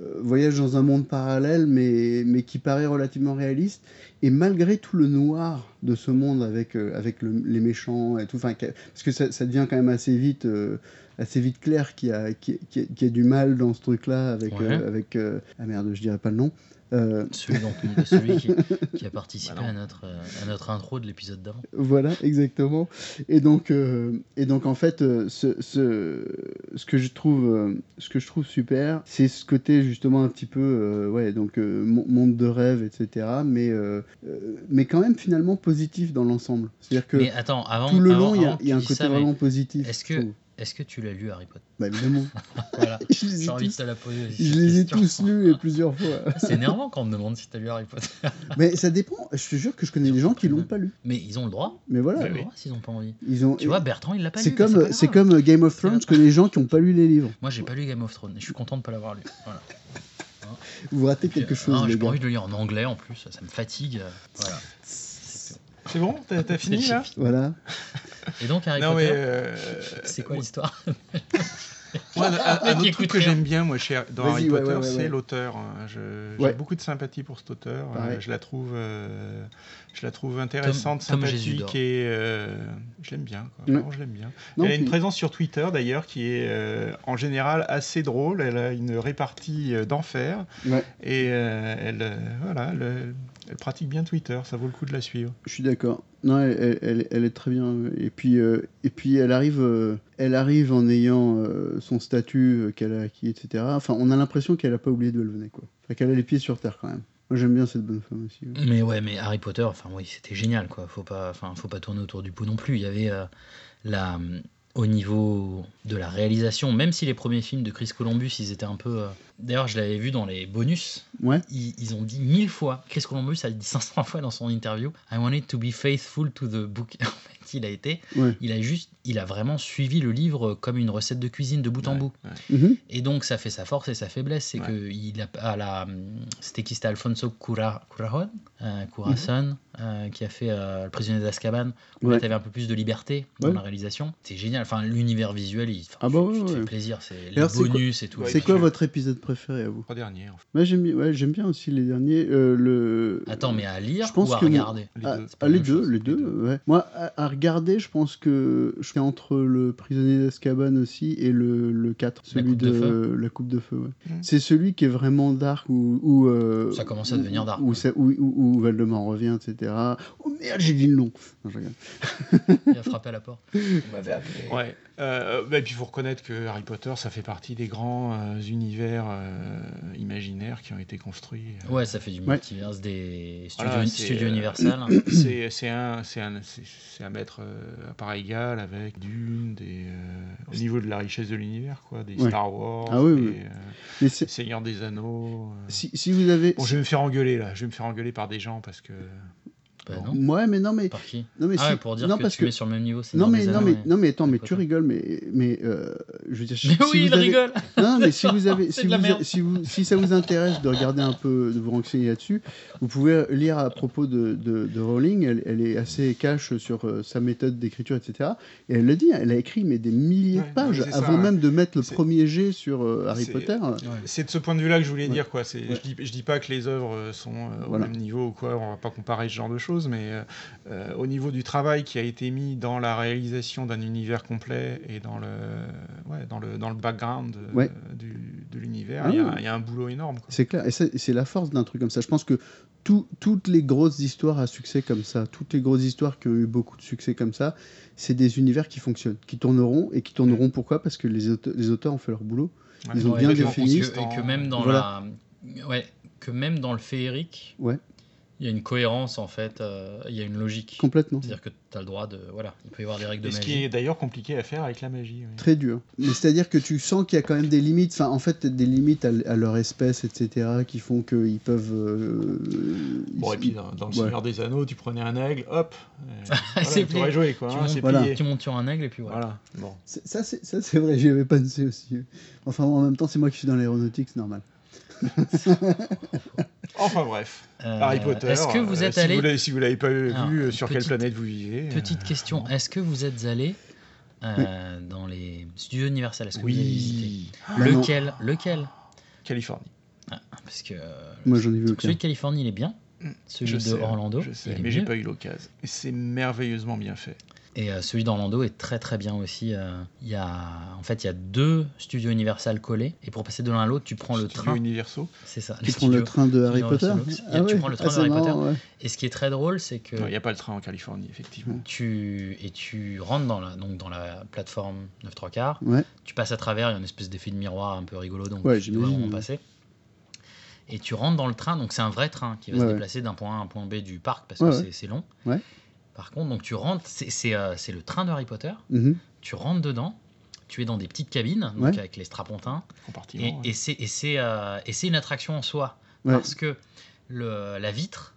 G: euh, voyage dans un monde parallèle, mais, mais qui paraît relativement réaliste. Et malgré tout le noir de ce monde avec, euh, avec le- les méchants et tout, 'fin, que- parce que ça, ça devient quand même assez vite, euh, assez vite clair qu'il y, a- qu'il y a- qu'il y a- qu'il y a du mal dans ce truc-là avec.
D: Ouais.
G: euh, avec euh, ah merde, je dirais pas le nom. Euh,
D: celui, dont on- celui qui, qui a participé
F: Bah non.
D: à, notre, euh, à notre intro de l'épisode d'avant.
G: Voilà, exactement. Et donc, euh, et donc en fait, euh, ce, ce, ce, que je trouve, euh, ce que je trouve super, c'est ce côté justement un petit peu, euh, ouais, donc euh, mon- monde de rêve, etc. Mais, euh, euh, mais quand même finalement positif dans l'ensemble. C'est-à-dire que
D: Mais attends, avant,
G: tout le
D: avant-
G: long, il y
D: avant
G: a,
D: que
G: il y a
D: tu
G: un
D: dises
G: côté
D: ça, mais-
G: vraiment positif.
D: Est-ce
G: je
D: que
G: trouve.
D: Est-ce que tu l'as lu, Harry Potter
G: Bah évidemment.
D: *laughs* Voilà,
G: je les ai
D: j'ai envie de
G: tous,
D: te la poser.
G: je
D: cette
G: les ai
D: question.
G: tous lus et plusieurs fois.
D: *laughs* C'est énervant quand on me demande si t'as lu Harry Potter. *laughs*
G: Mais ça dépend. Je te jure que je connais des gens qui l'ont pas lu.
D: Mais ils ont le droit.
G: Mais
D: Ils ont
G: voilà.
D: le droit s'ils ont pas envie.
G: Ils ont.
D: Tu vois, Bertrand, il l'a pas lu.
G: C'est
D: mais pas
G: comme,
D: grave.
G: c'est comme Game of Thrones, je connais des gens qui n'ont pas lu les livres.
D: Moi, j'ai pas lu Game of Thrones et je suis content de pas l'avoir lu. Voilà.
G: Vous ratez
D: Puis,
G: quelque
D: euh,
G: chose,
D: non,
G: les
D: J'ai pas
G: gars.
D: envie de le lire en anglais en plus, ça me fatigue. euh, Voilà.
F: C'est bon T'as t'as
D: *laughs*
F: fini là
G: Voilà.
D: Et donc, Harry
F: Non mais
D: Potter,
F: euh,
D: c'est quoi
F: moi-
D: l'histoire
F: moi, un, un
D: mec qui
F: autre
D: écoute
F: truc que
D: rien.
F: j'aime bien moi chez, dans
G: Vas-y,
F: Harry
G: ouais,
F: Potter,
G: ouais, ouais,
F: c'est
G: ouais.
F: l'auteur. hein. Je- J'ai
G: Ouais.
F: beaucoup de sympathie pour cet auteur. euh,
G: Pareil.
F: je la trouve, euh, je la trouve intéressante,
D: Tom Jésus
F: sympathique
D: d'or.
F: et euh, je l'aime bien. Quoi.
G: Ouais.
F: Vraiment, je l'aime bien.
G: Non,
F: elle a une
G: puis-
F: présence sur Twitter d'ailleurs qui est euh, en général assez drôle. Elle a une répartie euh, d'enfer
G: Ouais.
F: et euh, elle, euh, voilà, elle, elle pratique bien Twitter. Ça vaut le coup de la suivre.
G: Je suis d'accord. Non, elle, elle- elle- elle est très bien. Et puis, euh, et puis elle, arrive, euh, elle arrive en ayant euh, son statut euh, qu'elle a acquis, etc. Enfin, on a l'impression qu'elle n'a pas oublié de le venir, quoi. Enfin, qu'elle a les pieds sur terre, quand même. Moi, j'aime bien cette bonne femme aussi. ouais.
D: Mais ouais, mais Harry Potter, enfin oui, c'était génial quoi. Faut pas, enfin, faut pas tourner autour du pot non plus. Il y avait euh, la, au niveau de la réalisation, même si les premiers films de Chris Columbus, ils étaient un peu. euh, D'ailleurs, je l'avais vu dans les bonus.
G: Ouais.
D: Ils, ils ont dit mille fois. Chris Columbus a dit *laughs* 500 fois dans son interview. I wanted to be faithful to the book. *laughs* En fait, il a été.
G: Ouais.
D: Il a juste, il a vraiment suivi le livre comme une recette de cuisine de bout en
F: Ouais,
D: bout.
F: ouais.
G: Mhm.
D: Et donc, ça fait sa force et sa faiblesse. C'est
F: Ouais.
D: que il a, à la, hum, c'était qui C'était Alfonso Cura, Curajon, euh, Curaçon, euh, qui a fait euh, Le prisonnier d'Azkaban. Où
G: Mhm. Ouais.
D: tu avais un peu plus de liberté dans
G: Ouais.
D: la réalisation. C'est génial. Enfin, l'univers visuel, il, enfin,
G: Ah bah
D: tu- tu
G: ouais,
D: te fais
G: ouais.
D: plaisir. C'est les
G: D'ailleurs, c'est quoi-
D: bonus et tout.
F: Ouais,
G: C'est
F: puis
G: quoi
F: je-
G: votre épisode préféré à vous
F: Trois dernières. en fait.
G: Moi, j'aime bien, ouais, j'aime bien aussi les derniers. euh, le...
D: Attends, mais à lire
G: Je pense
D: ou à
G: que mon-
D: regarder
F: Les
G: Ah,
F: deux.
D: pas
G: ah,
D: la
G: les,
D: même
G: deux,
D: chose,
G: les
D: les
G: deux,
D: deux.
G: ouais. Moi, à, à regarder, je pense que je suis entre le prisonnier d'Azkaban aussi et le, le 4, celui
D: Coupe de
G: de,
D: Feu.
G: la coupe de feu. ouais.
F: Mhm.
G: C'est celui qui est vraiment dark où. où, euh,
D: Ça commence à
G: où-
D: devenir dark,
G: Où,
D: ouais.
G: ça- où, où- où Valdemar revient, etc. Oh merde, j'ai dit le nom. Non, je rigole.
D: Il a frappé à la porte.
F: Ouais. Euh, bah, et puis il faut reconnaître que Harry Potter, ça fait partie des grands euh, univers euh, imaginaires qui ont été construits.
G: *coughs*
F: Euh,
D: Ouais, ça fait du
G: Ouais.
D: multiverse des studios,
F: Voilà, c'est,
D: studios
F: euh,
G: *coughs*
D: Universal.
F: C'est c'est un, c'est un, c'est- c'est à mettre euh, à part égale avec Dune, des, euh, au niveau de la richesse de l'univers, quoi, des
G: Ouais.
F: Star Wars,
G: Ah oui,
F: des,
G: oui.
F: euh, des
G: Mais c'est-
F: Seigneurs des Anneaux. euh.
G: si, si vous avez.
F: Bon, je vais me faire engueuler là, je vais me faire engueuler par des gens parce que.
D: Bah
F: Bon.
D: non,
G: Ouais, mais non, mais.
D: par qui
G: Non, mais
D: Ah
G: si-
D: ouais, pour dire
G: non,
D: que
G: parce
D: tu es sur le même niveau. c'est
G: Non
D: dans
G: mais,
D: des
G: non,
D: années,
G: mais, non mais attends, mais
D: Harry
G: tu
D: Potter.
G: rigoles, mais, mais euh, je veux dire...
D: Mais oui,
G: vous
D: il
G: avez-
D: rigole
G: Non, mais si vous avez,
D: C'est
G: si,
D: de la
G: vous-
D: merde.
G: si vous- si ça vous intéresse de regarder un peu, de vous renseigner là-dessus, vous pouvez lire à propos de, de, de Rowling. Elle, elle est assez cash sur euh, sa méthode d'écriture, etc. Et elle le dit, elle a écrit mais des milliers
F: Ouais,
G: de pages
F: ouais, c'est ça,
G: avant
F: ouais.
G: même de mettre le
F: C'est-
G: premier jet sur euh, Harry
F: c'est-
G: Potter.
F: C'est de ce point de vue-là que je voulais
G: Ouais.
F: dire. Quoi. C'est-
G: Ouais.
F: Je dis, je dis pas que les œuvres euh, sont euh,
G: Voilà.
F: au même niveau ou quoi, on va pas comparer ce genre de choses, mais euh, euh, au niveau du travail qui a été mis dans la réalisation d'un univers complet et dans le, ouais, dans le, dans le background euh,
G: Ouais.
F: du- de l'univers,
G: Ah
F: il y a-
G: oui.
F: il y, a un boulot énorme. quoi.
G: C'est clair, et ça, c'est la force d'un truc comme ça. Je pense que tout- toutes les grosses histoires à succès comme ça, toutes les grosses histoires qui ont eu beaucoup de succès comme ça, c'est des univers qui fonctionnent, qui tourneront, et qui tourneront pourquoi Parce que les, aute- les auteurs ont fait leur boulot. Ils ont
F: Ouais,
G: bien
D: et que-
F: complètement
G: défini.
D: et que, et que même dans
G: Voilà.
D: la ouais que même dans le féerique
G: Ouais.
D: il y a une cohérence en fait euh, il y a une logique
G: Complètement.
D: c'est à dire que tu as le droit de voilà il peut y avoir des règles de
F: Et ce qui
D: magie
F: est d'ailleurs compliqué à faire avec la magie. oui.
G: Très dur. Mais c'est-à-dire que tu sens qu'il y a quand même des limites, enfin en fait des limites à, à leur espèce, etc., qui font qu'ils peuvent... euh,
F: Bon,
G: ils-
F: et puis dans, dans Le
G: Ouais.
F: Seigneur des Anneaux, tu prenais un aigle, hop,
G: *laughs*
F: euh,
D: C'est
F: voilà, tu aurais
D: plié.
F: joué, quoi,
D: Tu
F: hein,
D: montes-
F: c'est
G: voilà.
F: plié.
D: tu montes sur un aigle et puis voilà
F: Voilà. Bon.
G: C'est- Ça c'est, ça c'est vrai, j'y avais pensé aussi. Enfin en même temps c'est moi qui suis dans l'aéronautique, c'est normal.
F: Enfin bref,
D: Euh,
F: Harry Potter.
D: est-ce que vous
F: euh,
D: êtes
F: si
D: allé
F: vous l'avez- Si vous l'avez pas vu,
D: Alors,
F: euh, sur quelle
D: petite-
F: planète vous vivez euh,
D: petite question est-ce que vous êtes allé euh, dans les studios Universal est-ce que vous avez visité
F: Oui,
G: Bah non.
D: lequel lequel
F: Californie.
D: parce que euh,
G: Moi j'en ai vu aucun.
D: celui de Californie il est bien celui
F: Je
D: de
F: sais, hein.
D: Orlando
F: Je sais,
D: il est
F: mais j'ai
D: mieux.
F: pas eu l'occasion. Et c'est merveilleusement bien fait.
D: Et euh, celui d'Orlando est très très bien aussi. euh, Il y a, en fait, il y a deux studios Universal collés. Et pour passer de l'un à l'autre, tu prends le
F: Studio
D: train. Euh,
F: Universo.
D: C'est ça.
G: Tu
D: les
G: prends le
D: studios.
G: train de Harry
D: dans
G: Potter Ah
D: Sherlock. Il y a- tu prends le train de
G: c'est
D: Harry
G: marrant, ouais.
D: Et ce qui est très drôle, c'est que
F: Non, il n'y a pas le train en Californie, effectivement.
D: tu et tu rentres dans la donc dans la plateforme 9 3 quarts.
G: Ouais.
D: Tu passes à travers. Il y a une espèce d'effet de miroir un peu rigolo. Donc
G: Ouais,
D: tu dois
G: j'imagine,
D: en
G: ouais.
D: passer. Et tu rentres dans le train. Donc c'est un vrai train qui va
G: Ouais,
D: se
G: ouais.
D: déplacer d'un point A à un point B du parc parce
G: Ouais,
D: que
G: ouais.
D: c'est- c'est long.
G: Ouais.
D: Par contre, donc tu rentres. C'est c'est, euh, c'est le train de Harry Potter.
G: Mhm.
D: tu rentres dedans Tu es dans des petites cabines, donc
G: Ouais.
D: avec les strapontins.
F: Compartiment,
D: Et,
F: ouais.
D: et c'est- et c'est euh, et c'est une attraction en soi.
G: Ouais.
D: Parce que le, la vitre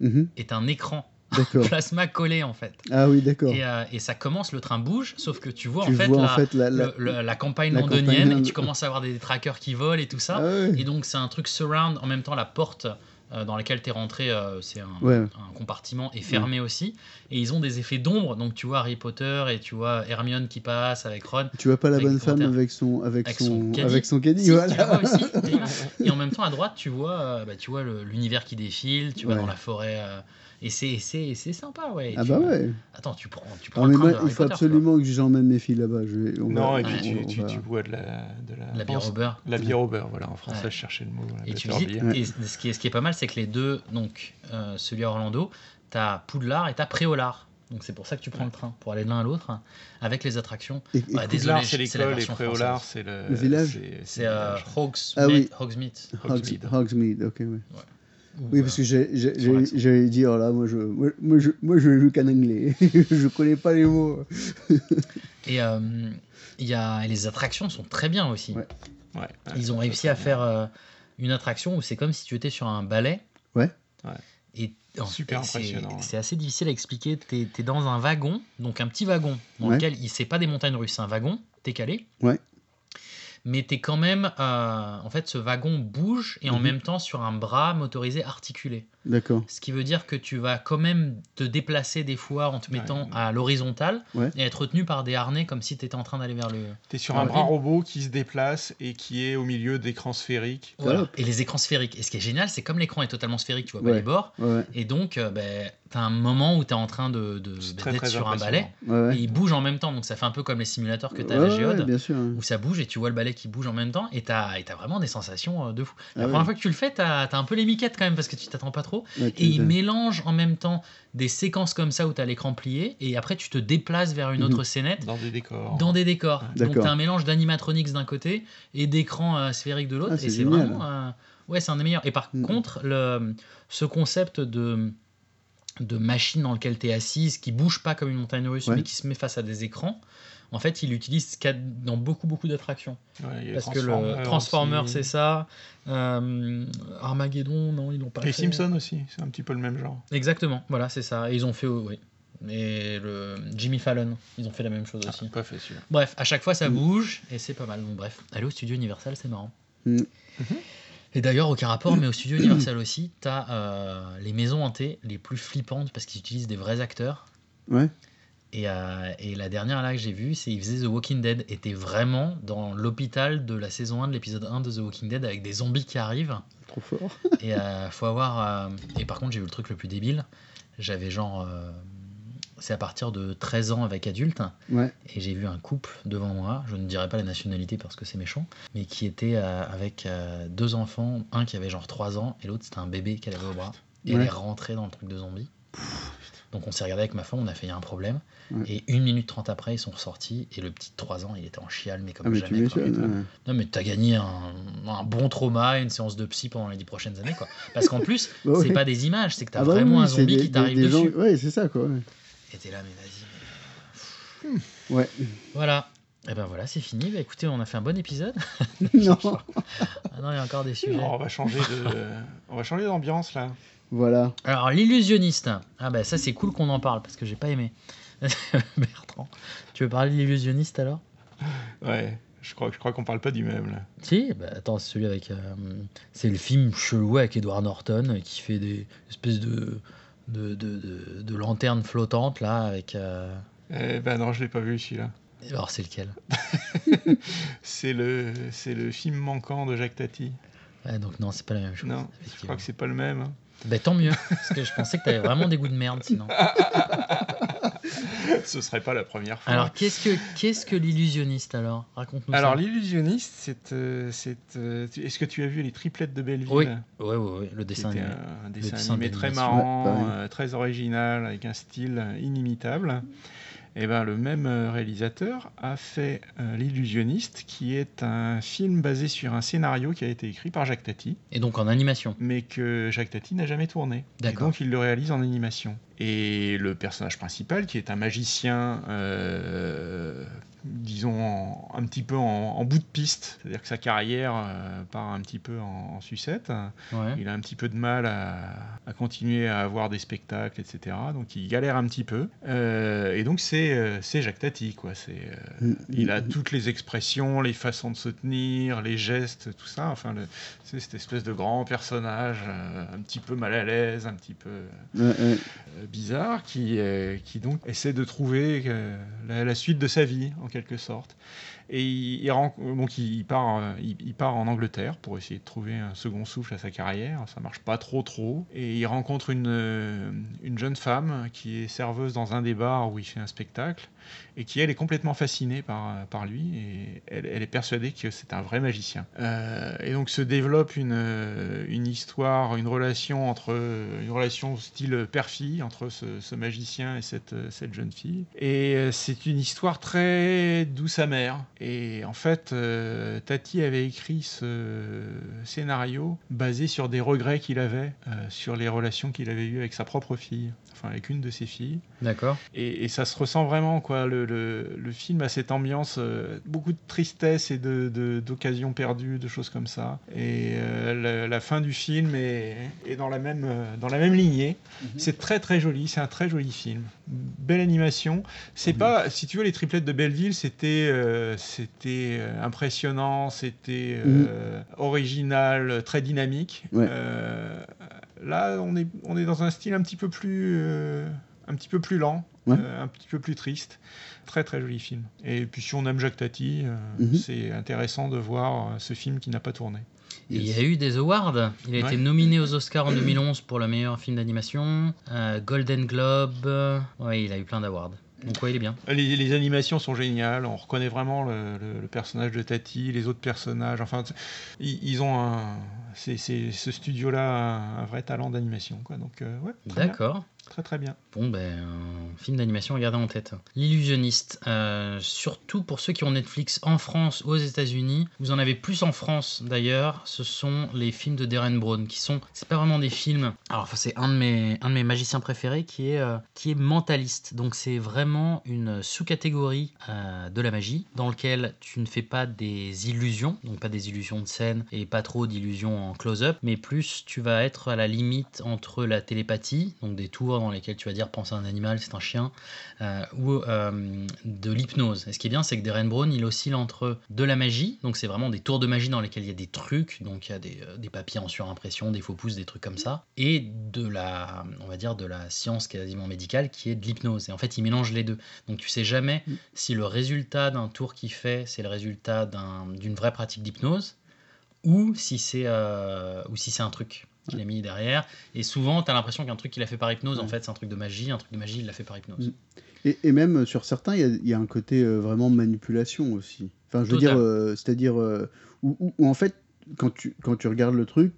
G: Mhm.
D: est un écran *laughs*
G: D'accord.
D: plasma collé, en fait.
G: Ah oui, d'accord.
D: Et, euh, et ça commence, le train bouge, sauf que tu vois,
G: Tu
D: en, fait,
G: vois
D: la,
G: en fait la. la-
D: le- le- la campagne
G: la
D: londonienne
G: campagne-
D: et tu commences à avoir des trackers qui volent et tout ça.
G: Ah ouais.
D: Et donc, c'est un truc surround. En même temps, la porte euh, dans laquelle tu es rentré, euh, c'est un,
G: Ouais.
D: un compartiment est fermé aussi. Et ils ont des effets d'ombre. Donc, tu vois Harry Potter et tu vois Hermione qui passe avec Ron.
G: Tu vois pas la
D: Avec
G: bonne
D: les
G: femme
D: commentaires.
G: avec son avec,
D: Avec son
G: son,
D: caddie.
G: avec son caddie,
D: Si, tu la
G: voilà.
D: vois *laughs* aussi, et- et en même temps, à droite, tu vois, euh, bah, tu vois le- l'univers qui défile, tu vas
G: Ouais.
D: dans la forêt. euh, et c'est- et c'est et c'est sympa, ouais. Et
G: Ah
D: tu-
G: bah ouais.
D: Attends, tu prends, tu prends
G: Non
D: le
G: mais
D: train
G: moi,
D: de Harry
G: il faut
D: Potter,
G: absolument que j'emmène mes filles là-bas. Je vais- on
F: Non,
G: va-
F: et puis
G: on-
F: tu,
G: on
F: tu,
G: va-
F: tu bois de la, de la,
D: quoi. La bière au beurre.
F: La bière au beurre, voilà, en français,
D: Ouais.
F: je cherchais le mot. la
D: Et tu
F: bitter
D: visites.
F: beer.
G: Ouais.
D: Et ce qui, est, ce qui est pas mal, c'est que les deux, donc euh, celui à Orlando, t'as Poudlard et t'as Préolard. Donc c'est pour ça que tu prends le train, pour aller de l'un à l'autre, hein, avec les attractions.
G: Et- et-
D: Bah, désolé,
F: Poudlard, c'est
D: c'est la
F: l'école, et
D: version
F: Préolard,
D: française.
F: c'est le,
G: Le village.
F: c'est-
D: C'est
F: le
D: euh,
F: village.
D: Hogsmeade.
G: Ah oui.
D: Hogsmeade.
G: Hogsmeade.
F: Hogsmeade.
G: Hogsmeade, ok, ouais.
D: Ou,
G: Oui, parce
D: euh,
G: que j'ai- j'ai-
D: sur
G: j'ai-
D: l'accent.
G: j'allais dire, là, moi, je, moi, moi, je, moi, je joue qu'en anglais. *laughs* je connais pas les mots.
D: Et euh, il y a, et les attractions sont très bien aussi.
G: Ouais.
F: Ouais, ouais,
D: Ils ont
F: ça,
D: réussi
F: c'est
D: à
F: bien.
D: faire euh, une attraction où c'est comme si tu étais sur un ballet.
G: Ouais.
F: Ouais.
D: Et, en-
F: Super
D: et c'est-
F: impressionnant, ouais.
D: C'est assez difficile à expliquer. T'es es dans un wagon, donc un petit wagon, dans
G: Ouais.
D: lequel il c'est pas des montagnes russes, c'est un wagon, t'es calé.
G: Ouais.
D: Mais t'es quand même. euh, en fait, ce wagon bouge et en
G: Mhm.
D: même temps sur un bras motorisé articulé.
G: D'accord.
D: Ce qui veut dire que tu vas quand même te déplacer des fois en te
F: Ouais.
D: mettant à l'horizontale
G: Ouais.
D: et être retenu par des harnais comme si tu étais en train d'aller vers le.
F: T'es sur
D: Ah
F: un
D: ouais.
F: bras robot qui se déplace et qui est au milieu d'écrans sphériques.
D: Voilà.
G: Top.
D: Et les écrans sphériques. Et ce qui est génial, c'est comme l'écran est totalement sphérique, tu vois pas
G: Ouais.
D: les bords.
G: Ouais, ouais.
D: Et donc, euh, ben, t'as un moment où t'es en train de, de-
F: C'est
D: ben,
F: très,
D: d'être
F: très
D: sur un
F: impressionnant.
D: balai.
G: ouais.
D: Et il bouge en même temps. Donc, ça fait un peu comme les simulateurs que t'as à
G: Ouais,
D: la géode.
G: ouais, bien sûr. hein.
D: Où ça bouge et tu vois le balai qui bouge en même temps, et t'as et t'as vraiment des sensations euh, de fou. La
G: Ah
D: première
G: ouais.
D: fois que tu le fais, t'as t'as un peu les miquettes quand même parce que tu t'attends pas trop.
G: Ouais, tu
D: Et
G: me
D: il
G: donnes.
D: mélange en même temps des séquences comme ça où t'as l'écran plié, et après tu te déplaces vers une
G: Mhm.
D: autre scénette
F: Dans des décors.
D: dans des décors. Donc
G: D'accord.
D: t'as un mélange d'animatronics d'un côté et d'écran euh, sphérique de l'autre.
G: Ah,
D: et
G: c'est
D: c'est
G: génial.
D: vraiment... euh, ouais, c'est un des meilleurs. Et par
G: Mm.
D: contre, le, ce concept de de machine dans lequel tu es assise, qui bouge pas comme une montagne russe,
G: Ouais.
D: mais qui se met face à des écrans, en fait, il l'utilise ce qu'il y a dans beaucoup, beaucoup d'attractions.
F: Ouais, il y a
D: Parce que le Transformer,
F: aussi.
D: c'est ça. euh, Armageddon, non, ils l'ont pas
F: Les
D: fait.
F: Simpsons aussi, c'est un petit peu le même genre.
D: Exactement, voilà, c'est ça. Et ils ont fait... euh, Oui. Et le Jimmy Fallon, ils ont fait la même chose aussi.
F: Ah, pas fait celui-là.
D: Bref, à chaque fois ça
G: Mm.
D: bouge et c'est pas mal. Donc bref, aller au studio Universal, c'est marrant.
G: Mm.
D: Et d'ailleurs, aucun rapport, mais au studio Universal aussi, t'as euh, les maisons hantées les plus flippantes parce qu'ils utilisent des vrais acteurs.
G: Ouais.
D: Et, euh, et la dernière là que j'ai vue, c'est ils faisaient The Walking Dead. Et t'es vraiment dans l'hôpital de la saison 1 de l'épisode 1 de The Walking Dead avec des zombies qui arrivent.
G: Trop fort.
D: Et euh, faut avoir. euh, Et par contre, j'ai eu le truc le plus débile. J'avais genre. euh, C'est à partir de 13 ans avec adulte
G: Ouais.
D: et j'ai vu un couple devant moi, je ne dirai pas la nationalité parce que c'est méchant, mais qui était euh, avec euh, deux enfants, un qui avait genre 3 ans et l'autre c'était un bébé qu'elle avait au bras. Et elle
G: Ouais.
D: est rentrée dans le truc de zombie. Donc on s'est regardé avec ma femme, on a fait il y a un problème.
G: Ouais.
D: Et une minute trente après, ils sont ressortis et le petit de 3 ans, il était en chial, mais comme
G: Ah, mais tu
D: jamais. hein. quoi.
G: m'étonnes. ouais.
D: Non, mais t'as gagné un, un bon trauma et une séance de psy pendant les 10 prochaines années. quoi. Parce qu'en plus,
G: *laughs* Bah ouais.
D: c'est pas des images, c'est que t'as
G: Ah bah
D: vraiment
G: oui,
D: un
G: c'est
D: zombie
G: des-
D: qui
G: des-
D: t'arrive
G: des gens-
D: dessus.
G: Ouais, c'est ça, quoi. ouais.
D: Et t'es là, mais vas-y, *laughs*
G: Ouais. *laughs*
D: Voilà. Et ben voilà, c'est fini. Bah, écoutez, on a fait un bon épisode. *laughs*
G: non.
D: Ah non, il y a encore des sujets.
F: on va changer de, *laughs* on va changer d'ambiance là.
G: Voilà.
D: Alors, l'illusionniste. Ah bah ça, c'est cool qu'on en parle parce que j'ai pas aimé. *laughs* Bertrand, tu veux parler de l'illusionniste alors
F: Ouais, je crois, je crois qu'on parle pas du même là.
D: Si, bah attends, c'est celui avec. euh, c'est le film chelou avec Edward Norton euh, qui fait des espèces de. de, de, de, de lanternes flottantes là avec. euh,
F: Eh ben non, je l'ai pas vu celui-là.
D: Alors, c'est lequel
F: C'est le, c'est le film manquant de Jacques Tati.
D: Ouais, Donc, non, c'est pas la même chose.
F: Non, je
D: effectivement.
F: crois que c'est pas le même. hein.
D: Bah, tant mieux, parce que je pensais que t'avais vraiment des goûts de merde sinon.
F: hein. *laughs* Ce serait pas la première fois.
D: Alors, qu'est-ce que qu'est-ce que l'illusionniste alors Raconte-nous
F: Alors,
D: ça.
F: l'illusionniste, c'est, euh, c'est, euh, tu- est-ce que tu as vu les triplettes de Belleville
D: Oui, Ouais, ouais, ouais, le dessin
F: C'était
D: animé.
F: un dessin,
D: dessin
F: animé très
D: d'animation. bah
G: Ouais,
F: marrant,
G: pareil.
F: euh, très original, avec un style euh, inimitable. Et ben, le même euh, réalisateur a fait euh, L'illusionniste, qui est un film basé sur un scénario qui a été écrit par Jacques Tati,
D: Et donc en animation.
F: mais que Jacques Tati n'a jamais tourné. Et
D: D'accord.
F: Donc il le réalise en animation. Et le personnage principal, qui est un magicien euh, disons, en- un petit peu en, en bout de piste. C'est-à-dire que sa carrière euh, part un petit peu en, en sucette.
D: Ouais.
F: Il a un petit peu de mal à, à continuer à avoir des spectacles, etc. Donc il galère un petit peu. Euh, et donc c'est euh, c'est Jacques Tati, quoi. C'est, euh, il
G: Mm.
F: a toutes les expressions, les façons de se tenir, les gestes, tout ça. Enfin, le- c'est cette espèce de grand personnage, euh, un petit peu mal à l'aise, un petit peu euh,
G: Ouais, ouais.
F: bizarre, qui, euh, qui donc essaie de trouver euh, la, la suite de sa vie, en quelque sorte. Et il, il ren- donc il, il part, euh, il, il part en Angleterre pour essayer de trouver un second souffle à sa carrière. Ça marche pas trop trop. Et il rencontre une, euh, une jeune femme qui est serveuse dans un des bars où il fait un spectacle et qui elle est complètement fascinée par, euh, par lui et elle, elle est persuadée que c'est un vrai magicien. Euh, et donc se développe une, euh, une histoire, une relation entre euh, une relation style père-fille entre ce, ce magicien et cette, euh, cette jeune fille. Et euh, c'est une histoire très douce amère. Et en fait, euh, Tati avait écrit ce scénario basé sur des regrets qu'il avait euh, sur les relations qu'il avait eues avec sa propre fille, enfin avec une de ses filles.
D: D'accord.
F: Et, et ça se ressent vraiment, quoi. Le, le- le film a cette ambiance, euh, beaucoup de tristesse et de- de- d'occasions perdues, de choses comme ça. Et euh, la, la fin du film est, est dans, la même, euh, dans la même lignée. C'est très très joli, c'est un très joli film. Belle animation. C'est pas, si tu veux, les triplettes de Belleville, c'était euh, c'était euh, impressionnant, c'était euh, original, très dynamique.
G: Ouais.
F: Euh, là, on est, on est dans un style un petit peu plus. euh, un petit peu plus lent,
G: Ouais.
F: euh, un petit peu plus triste. Très très joli film. Et puis si on aime Jacques Tati, euh,
G: Mhm.
F: c'est intéressant de voir euh, ce film qui n'a pas tourné.
D: Et Il y a eu des awards. Il a
F: Ouais.
D: été nominé aux Oscars en 2011 pour le meilleur film d'animation, euh, Golden Globe. Ouais, il a eu plein d'awards. Donc ouais, il est bien.
F: Les, les animations sont géniales, on reconnaît vraiment le, le- le personnage de Tati, les autres personnages. Enfin, t- ils, ils ont un. c'est- c'est- ce studio-là a un, un vrai talent d'animation. quoi. Donc, euh, ouais, très, bien.
D: D'accord.
F: très très bien.
D: Bon, ben, un film d'animation à garder en tête. L'illusionniste. euh, surtout pour ceux qui ont Netflix en France, aux États-Unis. Vous en avez plus en France d'ailleurs. Ce sont les films de Darren Brown qui sont. C'est pas vraiment des films. Alors, enfin, c'est un, de mes- un de mes magiciens préférés qui est, euh, qui est mentaliste. Donc, c'est vraiment une sous-catégorie euh, de la magie dans lequel tu ne fais pas des illusions. Donc, pas des illusions de scène et pas trop d'illusions en close-up. Mais plus tu vas être à la limite entre la télépathie, donc des tours dans lesquels tu vas dire pense à un animal, c'est un chien, euh, ou euh, de l'hypnose. Et ce qui est bien, c'est que Darren Brown, il oscille entre de la magie, donc c'est vraiment des tours de magie dans lesquels il y a des trucs, donc il y a des, euh, des papiers en surimpression, des faux pouces, des trucs comme ça, et de la, on va dire, de la science quasiment médicale qui est de l'hypnose. Et en fait, il mélange les deux. Donc tu sais jamais si le résultat d'un tour qu'il fait, c'est le résultat d'un- d'une vraie pratique d'hypnose, ou si c'est euh, ou si c'est un truc qu'il a mis derrière. Et souvent, tu as l'impression qu'un truc qu'il a fait par hypnose, en
G: Ouais.
D: fait, c'est un truc de magie, un truc de magie, il l'a fait par hypnose.
G: Et, et même euh, sur certains, il y a- il y, a un côté euh, vraiment manipulation aussi. Enfin, je veux
D: Total.
G: dire, euh, c'est-à-dire euh, où, où- où en fait, quand tu, quand tu regardes le truc,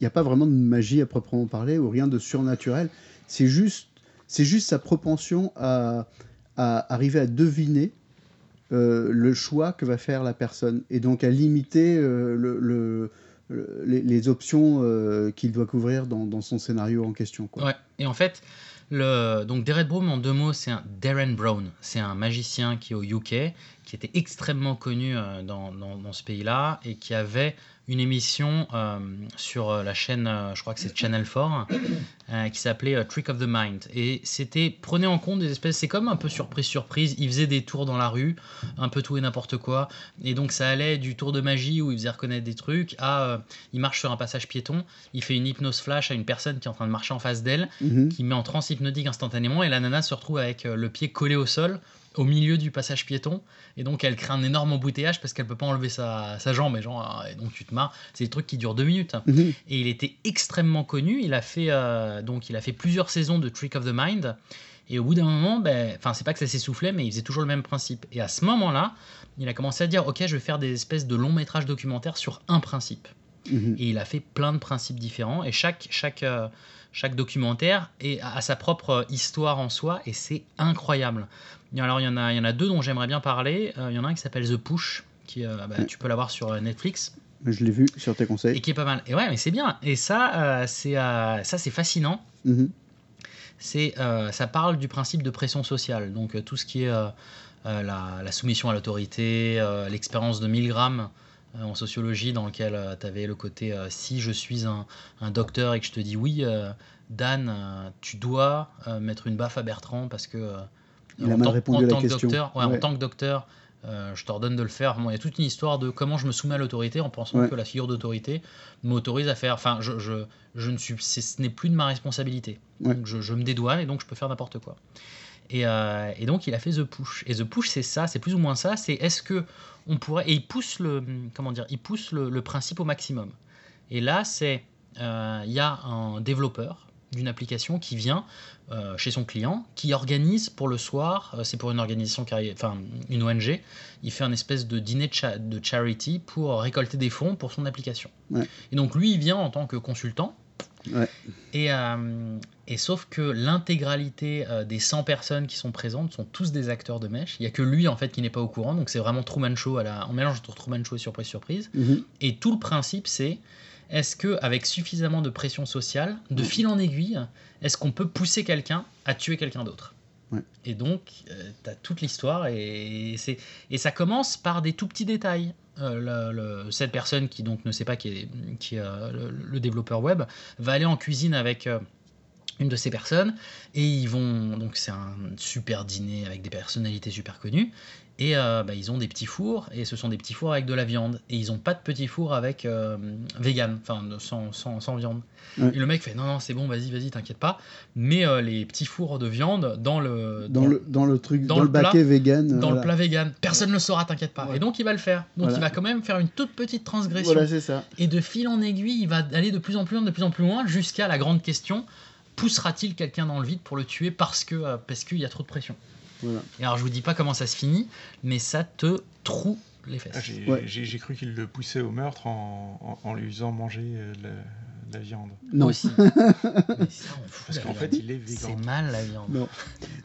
G: il n'y a pas vraiment de magie à proprement parler ou rien de surnaturel. C'est juste, c'est juste sa propension à, à arriver à deviner euh, le choix que va faire la personne et donc à limiter euh, le, le- le- les, les options euh, qu'il doit couvrir dans, dans son scénario en question. Quoi.
D: Ouais. Et en fait, le... donc Darren Brown, en deux mots, c'est un Darren Brown. C'est un magicien qui est au UK, qui était extrêmement connu euh, dans, dans- dans ce pays-là et qui avait une émission euh, sur euh, la chaîne, euh, je crois que c'est Channel 4, euh, qui s'appelait euh, Trick of the Mind. Et c'était, prenez en compte des espèces, c'est comme un peu surprise, surprise. Il faisait des tours dans la rue, un peu tout et n'importe quoi. Et donc ça allait du tour de magie où il faisait reconnaître des trucs à, euh, il marche sur un passage piéton, il fait une hypnose flash à une personne qui est en train de marcher en face d'elle,
G: Mhm.
D: qui met en transe hypnotique instantanément, et la nana se retrouve avec euh, le pied collé au sol, au milieu du passage piéton, et donc elle crée un énorme embouteillage parce qu'elle peut pas enlever sa, sa jambe, et, genre, ah, et donc tu te marres. C'est des trucs qui durent deux minutes.
G: Mhm.
D: Et il était extrêmement connu, il a fait, euh, donc, il a fait plusieurs saisons de Trick of the Mind, et au bout d'un moment, ben, enfin, c'est pas que ça s'essoufflait, mais il faisait toujours le même principe. Et à ce moment-là, il a commencé à dire, ok, je vais faire des espèces de longs métrages documentaires sur un principe
G: Mhm.
D: et il a fait plein de principes différents et chaque chaque euh, chaque documentaire est, a a sa propre euh, histoire en soi et c'est incroyable. Et Alors il y en a il y en a deux dont j'aimerais bien parler. Euh, il y en a un qui s'appelle The Push qui euh, bah, tu peux l'avoir sur euh, Netflix
G: Je l'ai vu sur tes conseils.
D: et qui est pas mal. Et ouais mais c'est bien et ça euh, c'est euh, ça c'est fascinant
G: Mhm.
D: c'est euh, ça parle du principe de pression sociale, donc euh, tout ce qui est euh, euh, la, la, soumission à l'autorité, euh, l'expérience de Milgram en sociologie dans lequel tu avais le côté euh, si je suis un, un, docteur et que je te dis oui, euh, Dan, euh, tu dois euh, mettre une baffe à Bertrand parce que euh,
G: Il en, a tant, répondu en,
D: tant
G: la question.
D: Docteur, ouais, ouais. en tant que docteur, euh, je t'ordonne de le faire. Bon, il y a toute une histoire de comment je me soumets à l'autorité en pensant ouais. que la figure d'autorité m'autorise à faire. Enfin, je, je, je ne suis, ce n'est plus de ma responsabilité. Ouais. Donc je, je, me dédouane et donc je peux faire n'importe quoi. Et, euh, et, donc il a fait The Push. Et The Push, c'est ça, c'est plus ou moins ça. C'est est-ce que on pourrait. Et il pousse le, comment dire, il pousse le, le principe au maximum. Et là, c'est. Il euh, y a un développeur d'une application qui vient euh, chez son client, qui organise pour le soir, euh, c'est pour une organisation, enfin une ONG, il fait un espèce de dîner de, cha de, charity pour récolter des fonds pour son application.
G: Ouais.
D: Et donc lui, il vient en tant que consultant.
G: Ouais.
D: Et, euh, et, sauf que l'intégralité euh, des 100 personnes qui sont présentes sont tous des acteurs de mèche. Il n'y a que lui en fait qui n'est pas au courant. Donc c'est vraiment Truman Show à la... On mélange entre Truman Show et Surprise Surprise.
G: Mm -hmm.
D: Et tout le principe c'est est-ce que avec suffisamment de pression sociale, de fil en aiguille, est-ce qu'on peut pousser quelqu'un à tuer quelqu'un d'autre
G: ouais.
D: Et donc, euh, tu as toute l'histoire et, c'est et ça commence par des tout petits détails. Euh, le, le, cette personne qui donc ne sait pas qui est, qui est euh, le, le, développeur web va aller en cuisine avec euh, une de ces personnes et ils vont donc c'est un super dîner avec des personnalités super connues et euh, bah, ils ont des petits fours et ce sont des petits fours avec de la viande et ils ont pas de petits fours avec euh, vegan enfin sans, sans, sans viande
G: ouais.
D: et le mec fait non non c'est bon vas-y vas-y t'inquiète pas mais euh, les petits fours de viande dans
G: le dans, dans le dans le truc dans, dans le, plat, baquet vegan euh,
D: dans voilà. le plat vegan personne ne le saura t'inquiète pas ouais. et donc il va le faire donc voilà. il va quand même faire une toute petite transgression
G: voilà, c'est ça.
D: et de fil en aiguille il va aller de plus en plus loin de plus en plus loin jusqu'à la grande question poussera-t-il quelqu'un dans le vide pour le tuer parce que euh, parce qu'il y a trop de pression
G: voilà.
D: Et alors je vous dis pas comment ça se finit, mais ça te troue les fesses. Ah,
F: j'ai ouais. cru qu'il le poussait au meurtre en, en, en lui faisant manger euh, la, la, viande.
G: Non.
D: Aussi. mais ça, on fout
F: parce qu'en fait, il est végan.
D: C'est mal la viande.
G: Non,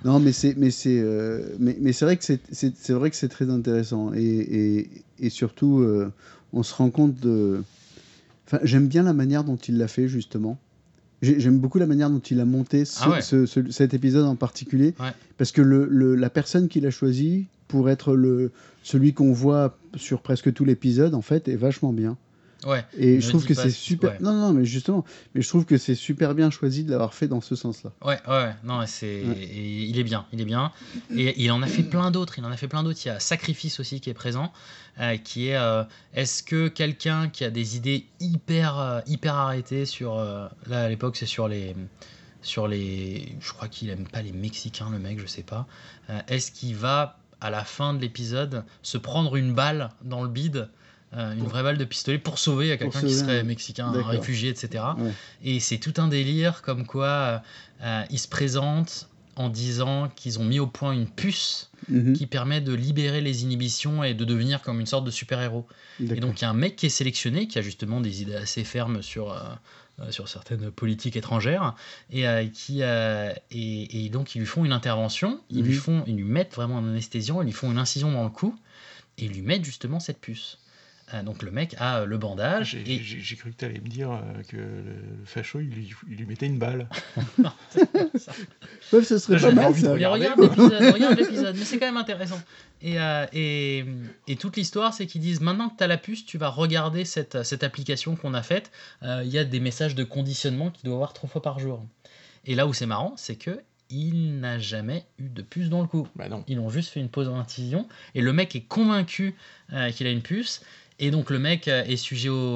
G: non mais c'est mais c'est euh, mais, mais c'est vrai que c'est vrai que c'est très intéressant et, et, et surtout euh, on se rend compte de. Enfin, j'aime bien la manière dont il l'a fait justement. J'aime beaucoup la manière dont il a monté ce,
D: ah ouais.
G: ce, ce, cet épisode en particulier,
D: ouais.
G: parce que le, le, la personne qu'il a choisie pour être le, celui qu'on voit sur presque tout l'épisode, en fait, est vachement bien.
D: Ouais,
G: et je trouve que c'est super. Ouais. Non, non, mais justement, mais je trouve que c'est super bien choisi de l'avoir fait dans ce sens-là.
D: Ouais, ouais, non, c'est, ouais. il est bien, il est bien. Et il en a fait plein d'autres. Il en a fait plein d'autres. Il y a Sacrifice aussi qui est présent, euh, qui est euh, est-ce que quelqu'un qui a des idées hyper, euh, hyper arrêtées sur, euh, là à l'époque c'est sur les, sur les, je crois qu'il aime pas les Mexicains, le mec, je sais pas. Euh, est-ce qu'il va à la fin de l'épisode se prendre une balle dans le bide? Euh, une vraie balle de pistolet pour sauver quelqu'un qui serait mexicain, un réfugié, etc.
G: Ouais.
D: Et c'est tout un délire comme quoi euh, euh, ils se présentent en disant qu'ils ont mis au point une puce
G: mm -hmm.
D: qui permet de libérer les inhibitions et de devenir comme une sorte de super-héros. Et donc il y a un mec qui est sélectionné, qui a justement des idées assez fermes sur... euh, sur certaines politiques étrangères et euh, qui et, et, donc ils lui font une intervention ils mm -hmm. lui font ils lui mettent vraiment un anesthésiant ils lui font une incision dans le cou et ils lui mettent justement cette puce ah, donc le mec a le bandage.
F: J'ai Ah, et... cru que tu allais me dire euh, que le facho, il lui, il lui, mettait une balle.
D: non, ça.
G: Même ce serait pas mal. Envie *laughs*
D: de regarder, regarde l'épisode, mais c'est quand même intéressant. Et, euh, et, et toute l'histoire, c'est qu'ils disent maintenant que tu as la puce, tu vas regarder cette, cette application qu'on a faite. Il euh, y a des messages de conditionnement qu'il doit avoir trois fois par jour. Et là où c'est marrant, c'est que il n'a jamais eu de puce dans le cou.
F: Bah non.
D: Ils ont juste fait une pause en incision et le mec est convaincu euh, qu'il a une puce. Et donc le mec euh, est sujet au,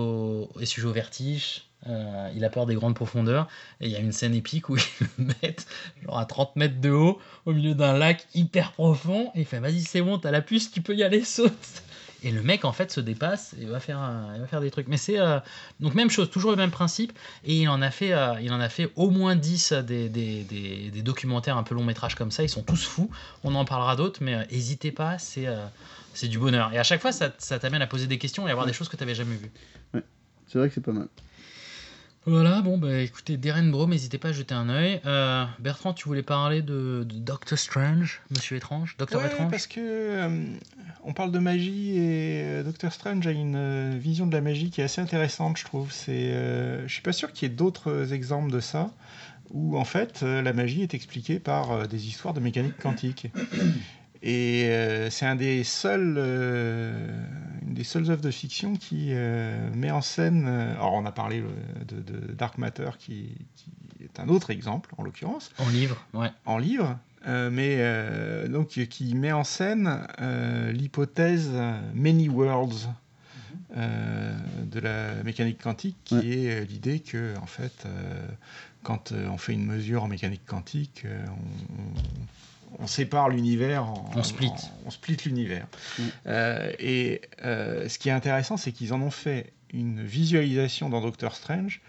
D: est sujet au vertige, euh, il a peur des grandes profondeurs, et il y a une scène épique où *laughs* ils le mettent genre à 30 mètres de haut, au milieu d'un lac hyper profond, et il fait vas-y c'est bon, t'as la puce, tu peux y aller, saute et le mec en fait se dépasse et va faire, euh, il va faire des trucs. Mais c'est euh, donc même chose, toujours le même principe. Et il en a fait, euh, il en a fait au moins 10 des, des, des, des documentaires un peu long métrage comme ça. Ils sont tous fous. On en parlera d'autres, mais n'hésitez pas, c'est euh, c'est du bonheur. Et à chaque fois, ça, ça t'amène à poser des questions et à voir ouais. des choses que tu n'avais jamais vues.
G: Ouais. C'est vrai que c'est pas *laughs* mal.
D: Voilà, bon, bah écoutez, Darren Bro, n'hésitez pas à jeter un œil. Euh, Bertrand, tu voulais parler de, de, Doctor Strange, Monsieur Étrange, Docteur
F: ouais,
D: Étrange
F: parce que euh, on parle de magie et Doctor Strange a une euh, vision de la magie qui est assez intéressante, je trouve. C'est, euh, je suis pas sûr qu'il y ait d'autres euh, exemples de ça euh, où en fait la magie est expliquée par des histoires de mécanique quantique. Et euh, c'est un des seuls, euh, une des seules œuvres de fiction qui euh, met en scène. alors, on a parlé euh, de, de Dark Matter, qui, qui, est un autre exemple, en l'occurrence.
D: En livre, ouais.
F: En livre. euh, mais donc qui met en scène euh, l'hypothèse many worlds mm -hmm. de la mécanique quantique, qui ouais. est euh, l'idée que en fait, euh, quand euh, on fait une mesure en mécanique quantique, on, on on sépare l'univers.
D: On split. Mm. En,
F: on split l'univers. Oui. Euh, et euh, ce qui est intéressant, c'est qu'ils en ont fait une visualisation dans Doctor Strange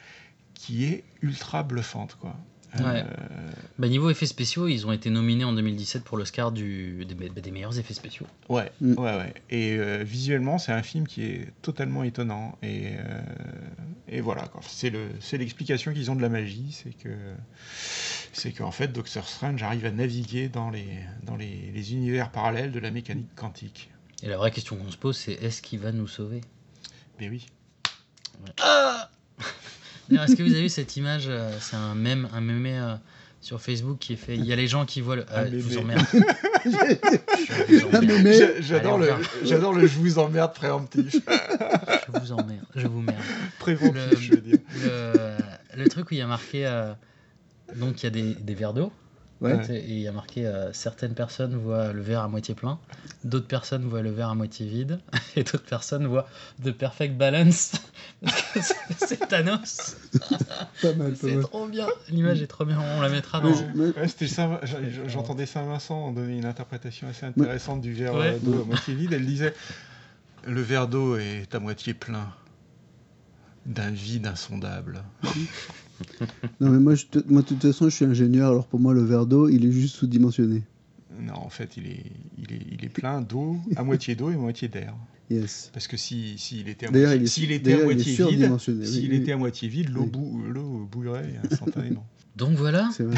F: qui est ultra bluffante, quoi.
D: Ouais. Euh... Bah, niveau effets spéciaux, ils ont été nominés en 2017 pour l'Oscar du... des, bah, des, meilleurs effets spéciaux.
F: Ouais, mm. ouais, ouais. Et euh, visuellement, c'est un film qui est totalement étonnant. Et, euh... et voilà, c'est l'explication le... qu'ils ont de la magie. C'est que c'est qu'en fait, Doctor Strange arrive à naviguer dans les, dans les... les univers parallèles de la mécanique quantique.
D: Et la vraie question qu'on se pose, c'est est-ce qu'il va nous sauver
F: Ben *laughs* oui.
D: Ouais. Ah Est-ce que vous avez vu cette image euh, C'est un mème, un mème euh, sur Facebook qui est fait. Il y a les gens qui voient le. Ah, je vous emmerde.
F: J'adore le, j'adore le je vous emmerde préemptif.
D: je vous emmerde, je vous merde.
F: *laughs* Préventif, le, je veux dire.
D: Le, le, truc où il y a marqué. Euh, donc il y a des, des verres d'eau. Ouais. Et il y a marqué euh, certaines personnes voient le verre à moitié plein, d'autres personnes voient le verre à moitié vide, *laughs* et d'autres personnes voient The Perfect Balance. *laughs* c'est Thanos.
G: pas mal,
D: C'est trop bien. L'image est trop bien. On la mettra dans.
F: Ouais, Saint... J'entendais Saint-Vincent donner une interprétation assez intéressante du verre ouais. d'eau à moitié vide. Elle disait Le verre d'eau est à moitié plein d'un vide insondable.
G: non, mais moi, je te... moi, de toute façon, je suis ingénieur, alors pour moi, le verre d'eau, il est juste sous-dimensionné.
F: Non, en fait, il est, il est, il est plein d'eau, à moitié d'eau et à moitié d'air.
G: Yes.
F: Parce que s'il si, si il était à moitié, il est, si il était à moitié il vide, s'il si oui, était oui. à moitié vide, l'eau oui. bouillerait instantanément.
D: Donc voilà. C'est vrai.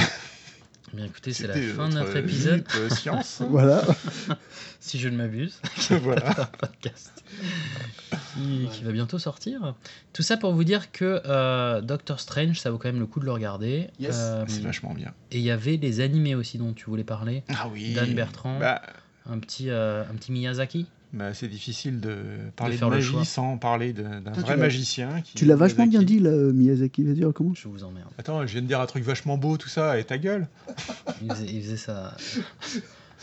D: Bien écoutez, c'est la fin de notre épisode.
F: Minute, euh, science.
G: *laughs*
F: hein. *laughs*
G: voilà.
D: si je ne m'abuse. *laughs*
F: voilà.
D: podcast qui, ouais. qui, va bientôt sortir. Tout ça pour vous dire que euh, Doctor Strange, ça vaut quand même le coup de le regarder.
F: Yes. Euh, c'est vachement bien.
D: Et il y avait les animés aussi dont tu voulais parler.
F: Ah oui.
D: Dan Bertrand. Bah, un, petit, euh, un petit Miyazaki.
F: Bah, c'est difficile de parler de, faire de magie sans parler d'un vrai magicien. Qui
G: tu l'as vachement bien dit, là, Miyazaki. Vas-y, comment
D: Je vous emmerde.
F: Attends, je viens de dire un truc vachement beau, tout ça, et ta gueule
D: il, faisait, il
F: *laughs*
D: faisait ça.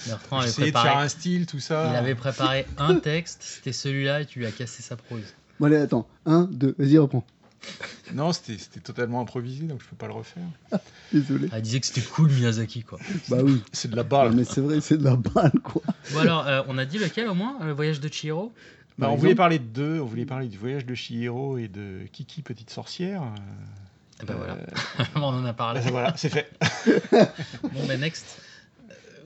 F: Bertrand avait préparé. De faire un style, tout ça.
D: Il avait préparé un texte, c'était celui-là, et tu lui as cassé sa prose.
G: Bon, allez, attends. Un, deux, vas-y, reprends.
F: Non, c'était totalement improvisé, donc je peux pas le refaire.
G: Désolé.
D: Elle Ah, disait que c'était cool Miyazaki, quoi.
G: Bah oui.
F: C'est de la balle.
G: Non, mais c'est vrai, c'est de la balle, quoi.
D: Bon alors, euh, on a dit lequel au moins Le voyage de Chihiro
F: bah, on voulait parler de deux. On voulait parler du voyage de Chihiro et de Kiki, petite sorcière.
D: Et bah euh... voilà. *laughs* on en a parlé.
F: Bah, voilà, c'est fait.
D: bon, bah next.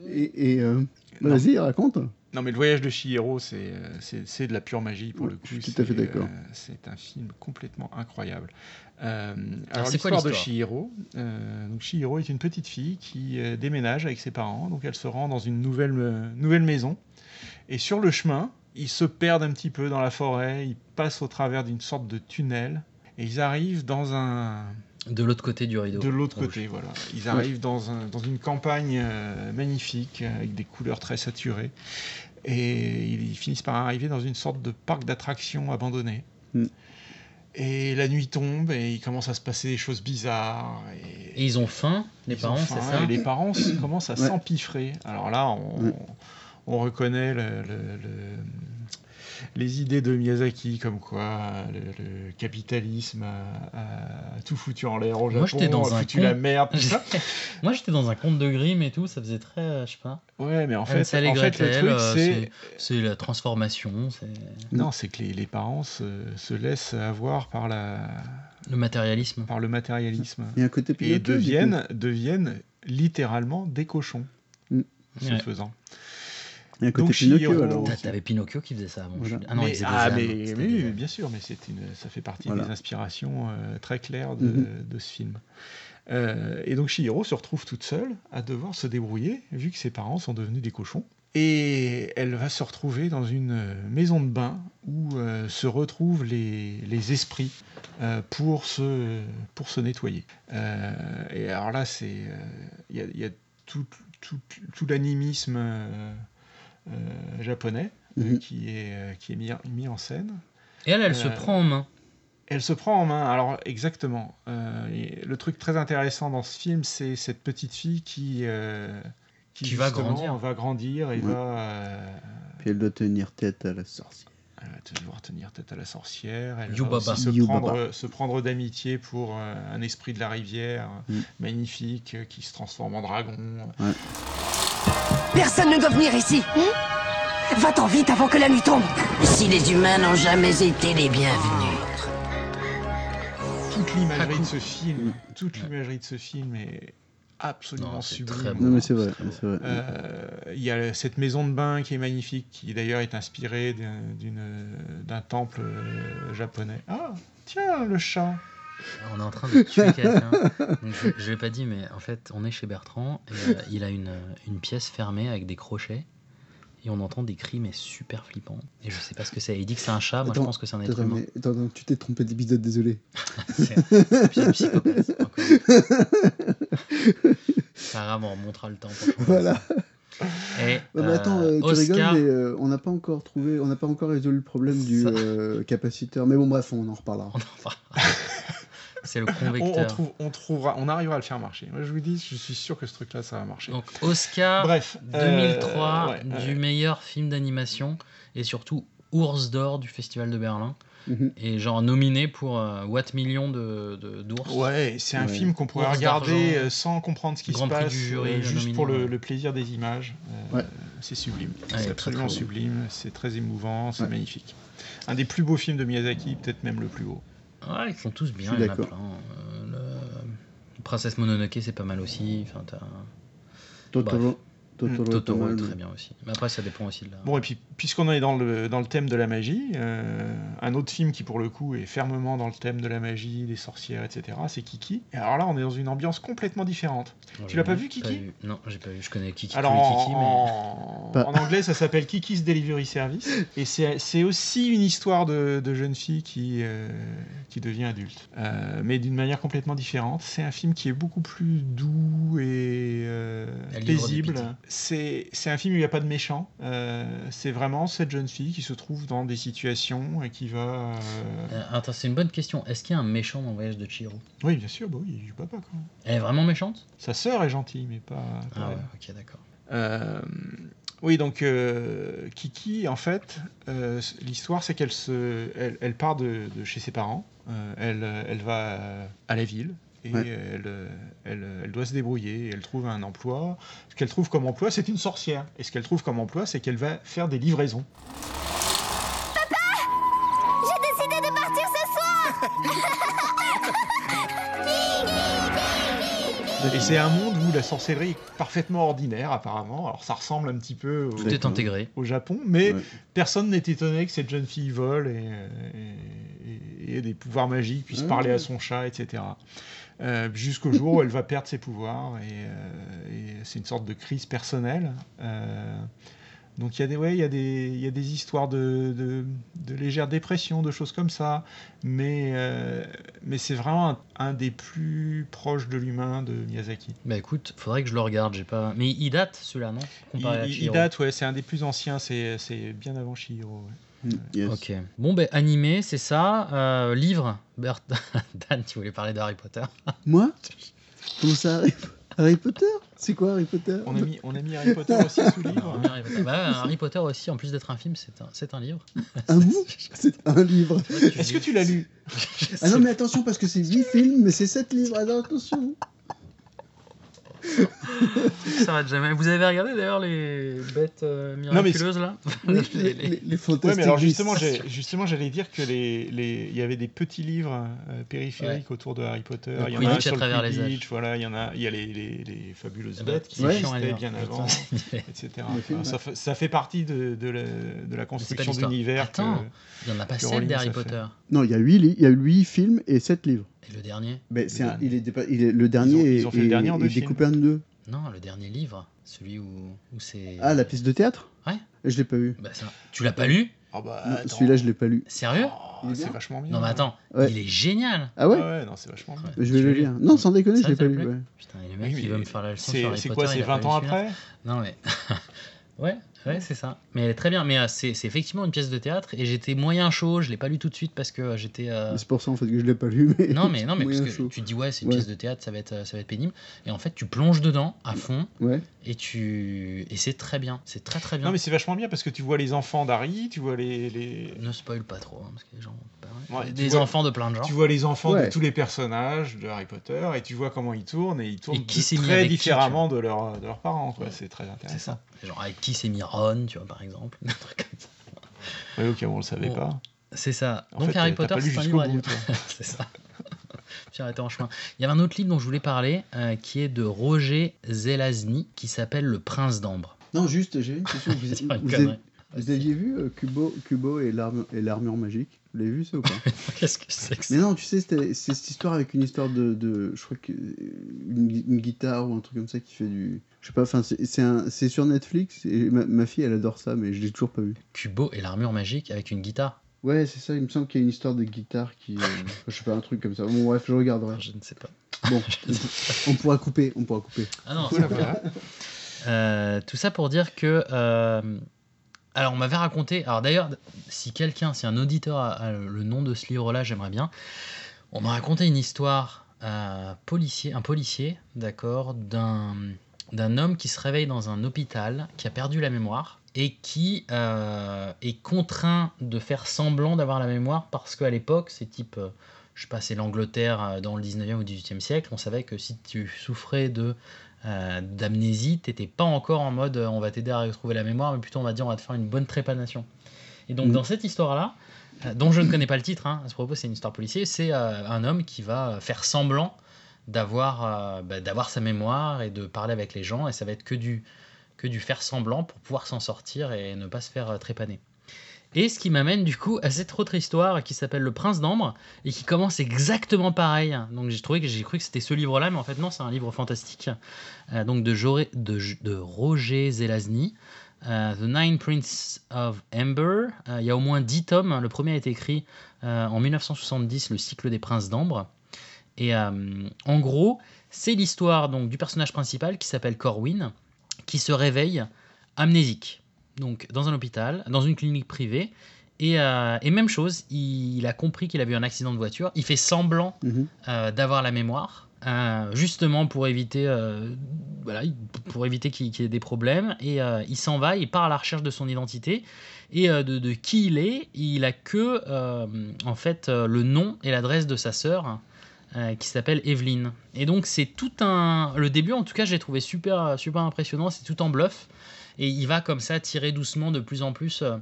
G: Et, et euh... bah, vas-y, raconte.
F: Non, mais le voyage de Chihiro, c'est de la pure magie pour le coup.
G: Je suis tout à fait d'accord. Euh,
F: c'est un film complètement incroyable. Euh, alors, alors l'histoire de Chihiro. Euh, donc Chihiro est une petite fille qui euh, déménage avec ses parents. Donc elle se rend dans une nouvelle, euh, nouvelle maison. Et sur le chemin, ils se perdent un petit peu dans la forêt. Ils passent au travers d'une sorte de tunnel. Et ils arrivent dans un,
D: de l'autre côté du rideau.
F: De l'autre côté, voilà. Ils arrivent ouais. dans, un, dans, une campagne euh, magnifique, avec des couleurs très saturées. Et ils finissent par arriver dans une sorte de parc d'attractions abandonné. Mm. Et la nuit tombe et il commence à se passer des choses bizarres.
D: Et, et ils ont faim, les ils parents, c'est ça
F: Et
D: *laughs*
F: les parents commencent à s'empiffrer. Ouais. Alors là, on, mm. on reconnaît le, le, le les idées de Miyazaki, comme quoi le, le capitalisme a, a, tout foutu en l'air au Japon,
D: Moi, j'étais dans
F: a
D: un
F: foutu la merde, tout
D: *laughs*
F: ça.
D: Moi, j'étais dans un conte de Grimm et tout, ça faisait très, euh, je sais pas.
F: Ouais, mais en fait, en fait le truc, c'est...
D: euh, C'est la transformation.
F: Non, c'est que les, les parents se, se, laissent avoir par la...
D: Le matérialisme.
F: Par le matérialisme.
G: Et, un côté piloté,
F: et deviennent, deviennent littéralement des cochons, mm. ce ouais. faisant.
G: Il y a côté Pinocchio,
D: alors. T'avais Pinocchio qui faisait ça avant. Voilà. Ah non,
F: mais,
D: il faisait
F: ah, mais, mais, mais oui, bien sûr, mais une, ça fait partie voilà. des inspirations euh, très claires de, mm -hmm. de ce film. Euh, et donc Chihiro se retrouve toute seule à devoir se débrouiller, vu que ses parents sont devenus des cochons. Et elle va se retrouver dans une maison de bain où euh, se retrouvent les, les esprits euh, pour, se, pour se nettoyer. Euh, et euh, alors là, il y a, y a, tout, tout, tout l'animisme euh, japonais
G: Mhm.
F: qui est, euh, qui est mis, mis en scène.
D: Et elle, elle se
F: Euh,
D: prend en main.
F: Elle se prend en main, alors exactement. Euh, et le truc très intéressant dans ce film, c'est cette petite fille qui, euh,
D: Qui va
F: justement,
D: grandir.
F: va grandir et
G: Oui.
F: va, euh,
G: Puis elle doit tenir tête à la sorcière.
F: elle va devoir tenir tête à la sorcière. Elle
D: Yubaba.
F: va aussi se
G: Yubaba.
F: prendre, se prendre d'amitié pour euh, un esprit de la rivière euh,
G: Mm.
F: magnifique euh, qui se transforme en dragon.
B: Personne ne doit venir ici Va-t'en vite avant que la nuit tombe Hein? Si les humains n'ont jamais été les bienvenus.
F: Toute l'imagerie
D: Haku.
F: de ce
G: Mm.
F: film, toute
D: Ouais.
F: l'imagerie de ce film est absolument
D: Non, c'est
F: sublime.
D: très beau.
G: Non, mais c'est
D: c'est
G: vrai.
D: très
G: c'est vrai.
F: Euh, Il y a cette maison de bain qui est magnifique, qui d'ailleurs est inspirée d'un- d'une- d'un temple euh, japonais. Ah, tiens, le chat.
D: On est en train de
G: *laughs*
D: tuer quelqu'un. Donc, Je, je l'ai pas dit, mais en fait, on est chez Bertrand. Et, euh, il a une, euh, une pièce fermée avec des crochets. Et on entend des cris, mais super flippants. Et je sais pas ce que c'est. Il dit que c'est un chat. Moi, je
G: Attends,
D: pense que c'est un être
G: Attends, *laughs*
D: humain.
G: mais- attends, attends, tu t'es trompé d'épisode, désolé. *laughs*
D: C'est un psychopathe. encore une fois. Sarah m'en remontera le temps. pour changer
G: Voilà.
D: ça. Et,
G: Non, mais
D: euh,
G: attends, euh, tu
D: Oscar,
G: rigoles, mais euh, on n'a pas encore trouvé, on n'a pas encore résolu le problème du
D: Ça-
G: euh, capaciteur. Mais bon, bref, on en reparlera.
D: *laughs* on en parlera. c'est le
F: On, on
D: convecteur.
F: trouve, on, trouvera, on arrivera à le faire marcher. Moi, je vous dis, je suis sûr que ce truc-là, ça va marcher.
D: Donc Oscar
F: Bref, euh,
D: 2003
F: ouais,
D: du
F: ouais.
D: meilleur film d'animation et surtout ours d'or du festival de Berlin
F: Mm-hmm.
G: Mhm.
D: et genre nominé pour euh, What Million de de- d'ours.
F: Ouais, c'est un
G: Ouais.
F: film qu'on pourrait
D: Ours
F: regarder
D: d'argent.
F: euh, sans comprendre ce qui
D: Grand
F: se
D: prix
F: passe,
D: du jury,
F: euh, juste
D: nominé,
F: pour le,
D: ouais.
F: le plaisir des images. Euh,
G: Ouais.
F: C'est sublime,
D: très,
F: c'est
D: très
F: absolument
D: beau.
F: sublime, c'est très émouvant, c'est
G: Ouais.
F: magnifique. Un des plus beaux films de Miyazaki, peut-être même le plus beau.
D: Ouais, ils sont tous bien.
G: Je
D: Il
G: suis
D: y en a
G: d'accord.
D: plein. Euh, le- Princesse Mononoke c'est pas mal aussi. Enfin t'as
G: Totoro,
F: Mm-hmm.
G: Totoro, est pas
D: Totoro
G: mal,
D: est
G: mais-
D: très bien aussi. Mais après ça dépend aussi de la.
F: Bon, et puis, puisqu'on est dans le, dans le thème de la magie, euh, un autre film qui, pour le coup, est fermement dans le thème de la magie, des sorcières, etc., c'est Kiki. Et alors là, on est dans une ambiance complètement différente.
D: Moi,
F: tu
D: j'ai
F: l'as pas vu, Kiki
D: vu. Non j'ai pas vu. Je connais Kiki.
F: Alors,
D: tous les
F: en,
D: Kiki, mais...
F: en-
G: Pas-
F: en anglais, ça s'appelle Kiki's Delivery Service. Et c'est c'est aussi une histoire de, de jeune fille qui, euh, qui devient adulte, Euh, mais d'une manière complètement différente. C'est un film qui est beaucoup plus doux et euh,
D: Un livre de pitié.
F: paisible. C'est c'est un film où il n'y a pas de méchant. Euh, c'est vraiment cette jeune fille qui se trouve dans des situations et qui va. euh,
D: Euh, attends c'est une bonne question. Est-ce qu'il y a un méchant dans Voyage de Chihiro
F: Oui, bien sûr, bah oui, il y a du papa. Quoi.
D: Elle est vraiment méchante
F: Sa sœur est gentille, mais pas. pas
D: Ah ouais
F: elle.
D: ok d'accord.
F: Euh, oui, donc euh, Kiki, en fait, euh, l'histoire, c'est qu'elle se, elle, elle part de, de chez ses parents, Euh, elle, euh, elle va euh, à la ville. Et
G: Ouais.
F: elle, euh, elle, euh, elle doit se débrouiller, elle trouve un emploi. Ce qu'elle trouve comme emploi, c'est une sorcière. Et ce qu'elle trouve comme emploi, c'est qu'elle va faire des livraisons. Et c'est un monde où la sorcellerie est parfaitement ordinaire, apparemment. Alors ça ressemble un petit peu au,
D: Tout est
G: D'accord.
D: intégré.
F: au Japon, mais
G: Ouais.
F: personne n'est étonné que cette jeune fille vole et, euh, et- et ait des pouvoirs magiques, puisse
G: Ah.
F: parler à son chat, etc. Euh, Jusqu'au jour où elle va perdre ses pouvoirs et, euh, et c'est une sorte de crise personnelle. Euh, donc il y a des ouais, il y a des il y a des histoires de, de, de légère dépression, de choses comme ça, mais euh, mais c'est vraiment un, un des plus proches de l'humain de Miyazaki.
D: Bah écoute, faudrait que je le regarde, j'ai pas. Mais il date celui-là, non
F: Il,
D: Comparé à
F: il- il
D: Chihiro.
F: date ouais, c'est un des plus anciens, c'est c'est bien avant Shihiro.
G: Mm, yes.
D: Ok. Bon, ben animé, c'est ça. Euh, livre, Bert... *laughs* Dan, tu voulais parler de Harry Potter.
G: Moi Comment ça, Harry, Harry Potter C'est quoi Harry Potter
F: On a mis on a mis Harry Potter aussi sous livre.
D: Harry Potter, Bah, Harry Potter aussi, en plus d'être un film, c'est un, c'est un livre.
G: Un mot C'est un livre.
F: *laughs* Est-ce que tu l'as lu
G: Ah non, mais attention, parce que c'est 8 films, mais c'est 7 livres. Ah
F: *laughs*
G: non, attention
D: Ça va jamais. Vous avez regardé d'ailleurs les bêtes euh, miraculeuses là *laughs*
G: Oui, les, les, les
F: Ouais,
G: fantastiques.
F: mais alors
G: Beasts.
F: justement, j'ai- justement, j'allais dire que les, les- il y avait des petits livres euh, périphériques autour de Harry Potter.
D: Le
F: Il y en a un
D: Quidditch à
F: sur le
D: travers les
F: Quidditch, voilà, il y en a, il y a les, les, les fabuleuses
D: Ah bah,
F: bêtes qui
G: Ouais.
D: chiant à
F: existaient
D: lire.
F: bien
D: Putain, *laughs*
F: avant,
D: c'est-
F: etc.
G: Le film,
F: Enfin, ça, fait, ça fait partie de, de la, de la construction
D: l'histoire.
F: d'univers. que-
D: Attends. Il y en a pas
F: Que
D: sept
F: Rowling,
D: d'Harry
F: ça fait.
D: Potter.
G: Non, il y a 8, li- il y a 8 films et 7 livres.
D: Et le dernier
G: Mais c'est un-
F: dernier.
G: il est, dépa- il est, le dernier
F: ils ont fait le
G: est-
F: dernier en
G: est
F: deux
G: découpé en deux.
D: Non, le dernier livre, celui où, où c'est.
G: Ah, la pièce de théâtre
D: Ouais.
G: Je l'ai pas eu.
D: Bah, ça... Tu l'as pas lu
F: Ah bah,
G: Non,
F: attends.
G: Celui-là, je l'ai pas lu.
D: Sérieux
F: Oh,
G: Il est
F: c'est
G: bien
F: vachement bien.
D: Non, mais attends,
G: Ouais.
D: il est génial.
G: Ah
F: Ah
G: ouais,
F: ouais, non, c'est vachement bien.
G: Je vais
D: Tu
G: le
D: l'as
G: lire.
D: lu
G: Non, sans déconner,
D: Ça,
G: je l'ai
D: ça
G: pas
D: te
G: lu.
D: plaît
G: ouais.
D: Putain, et le mec,
F: Oui,
D: il
F: mais
D: veut me faire la leçon sur
F: C'est
D: Harry
F: c'est
D: Potter.
F: quoi,
D: il
F: c'est
D: a pas
F: 20
D: lu
F: ans
D: celui-là
F: après
D: Non, mais. *laughs* ouais. Ouais, c'est ça. Mais elle est très bien. Mais euh, c'est c'est effectivement une pièce de théâtre et j'étais moyen chaud. Je l'ai pas lu tout de suite parce que euh, j'étais. euh,
G: C'est pour ça en fait que je l'ai pas lu. Mais
D: Non, mais non,
G: *laughs*
D: mais parce
G: moyen
D: que
G: chaud.
D: tu dis ouais, c'est une
G: Ouais.
D: pièce de théâtre, ça va être, euh, ça va être pénible. Et en fait, tu plonges dedans à fond
G: Ouais.
D: et tu et c'est très bien. C'est très très bien.
F: Non, mais c'est vachement bien parce que tu vois les enfants d'Harry, tu vois les, les-
D: Ne spoil pas trop, hein, parce que les gens. pas vrai.
F: Ouais, tu
D: des
F: vois-
D: enfants de plein de
F: Tu
D: genres.
F: vois les enfants
G: Ouais.
F: de tous les personnages de Harry Potter et tu vois comment ils tournent et ils tournent
D: Et qui
F: de
D: s'est mis
F: très
D: avec qui, tu vois.
F: différemment de, leurs- de leurs parents. quoi.
D: Ouais.
F: C'est très
D: C'est
F: intéressant.
D: ça. Genre avec qui s'est mis Ron, tu vois, par exemple. *laughs* Un truc comme ça.
F: Oui, au cas où on le savait
D: Bon.
G: *laughs*
F: pas.
D: C'est ça.
F: En
D: Donc
F: fait,
D: Harry
F: t'as
D: Potter,
F: pas lu
D: c'est un
F: jusqu'au
D: livre à
F: bout,
D: lire. *laughs* c'est ça. Je suis arrêté en chemin. Il y avait un autre livre dont je voulais parler, euh, qui est de Roger Zelazny, qui s'appelle Le Prince d'Ambre.
G: Non, juste, j'ai une question. Vous,
D: C'est une
G: vous-
D: connerie.
G: vous aviez vu euh, Kubo, Kubo et l'arme- et l'armure magique Vous l'avez vu ça ou pas
D: *laughs* Qu'est-ce que c'est que ça
G: Mais non, tu sais, c'était- c'est cette histoire avec une histoire de, de- je crois que une, gui- une guitare ou un truc comme ça qui fait du, je sais pas, enfin c'est c'est un- c'est sur Netflix et ma, ma fille elle adore ça, mais je l'ai toujours pas vu.
D: Kubo et l'armure magique avec une guitare.
G: Ouais, c'est ça. Il me semble qu'il y a une histoire de guitare qui, euh, je sais pas, un truc comme ça. Bon bref, je regarderai.
D: Je ne sais pas. *laughs*
G: Bon, on pourra couper, on pourra couper.
D: Ah non,
F: Voilà, voilà.
D: Euh, tout ça pour dire que. euh, alors, on m'avait raconté. Alors, d'ailleurs, si quelqu'un, si un auditeur a, a le nom de ce livre-là, j'aimerais bien. On m'a raconté une histoire. euh, policier, un policier, d'accord, d'un d'un homme qui se réveille dans un hôpital, qui a perdu la mémoire et qui euh, est contraint de faire semblant d'avoir la mémoire parce qu'à l'époque, c'est type, euh, je sais pas, c'est l'Angleterre euh, dans le 19e ou 18e siècle, on savait que si tu souffrais de euh, d'amnésie, t'étais pas encore en mode euh, on va t'aider à retrouver la mémoire, mais plutôt on va dire on va te faire une bonne trépanation. Et donc
G: Mhm.
D: dans cette histoire-là, euh, dont je ne connais pas le titre, hein, à ce propos c'est une histoire policier, c'est euh, un homme qui va euh, faire semblant d'avoir euh, bah, d'avoir sa mémoire et de parler avec les gens et ça va être que du que du faire semblant pour pouvoir s'en sortir et ne pas se faire euh, trépaner. Et ce qui m'amène du coup à cette autre histoire qui s'appelle Le Prince d'Ambre et qui commence exactement pareil. Donc j'ai trouvé que j'ai cru que c'était ce livre-là, mais en fait non, c'est un livre fantastique. Euh, donc de, Joré- de, J- de Roger Zelazny. Euh, The Nine Princes of Amber. Euh, Il y a au moins 10 tomes. Le premier a été écrit euh, en 1970, Le cycle des princes d'Ambre. Et euh, en gros, c'est l'histoire donc du personnage principal qui s'appelle Corwin, qui se réveille amnésique. Donc dans un hôpital, dans une clinique privée. Et, euh, et même chose, il, il a compris qu'il avait eu un accident de voiture. Il fait semblant
G: Mhm.
D: euh, d'avoir la mémoire, euh, justement pour éviter, euh, voilà, il- pour éviter qu'il qu'il y ait des problèmes. Et euh, il s'en va, il part à la recherche de son identité et euh, de, de qui il est. Il a que, euh, en fait, euh, le nom et l'adresse de sa sœur. euh, qui s'appelle Evelyn. Et donc c'est tout un... Le début en tout cas j'ai trouvé super, euh, super impressionnant, c'est tout en bluff. Et il va comme ça tirer doucement de plus en plus euh,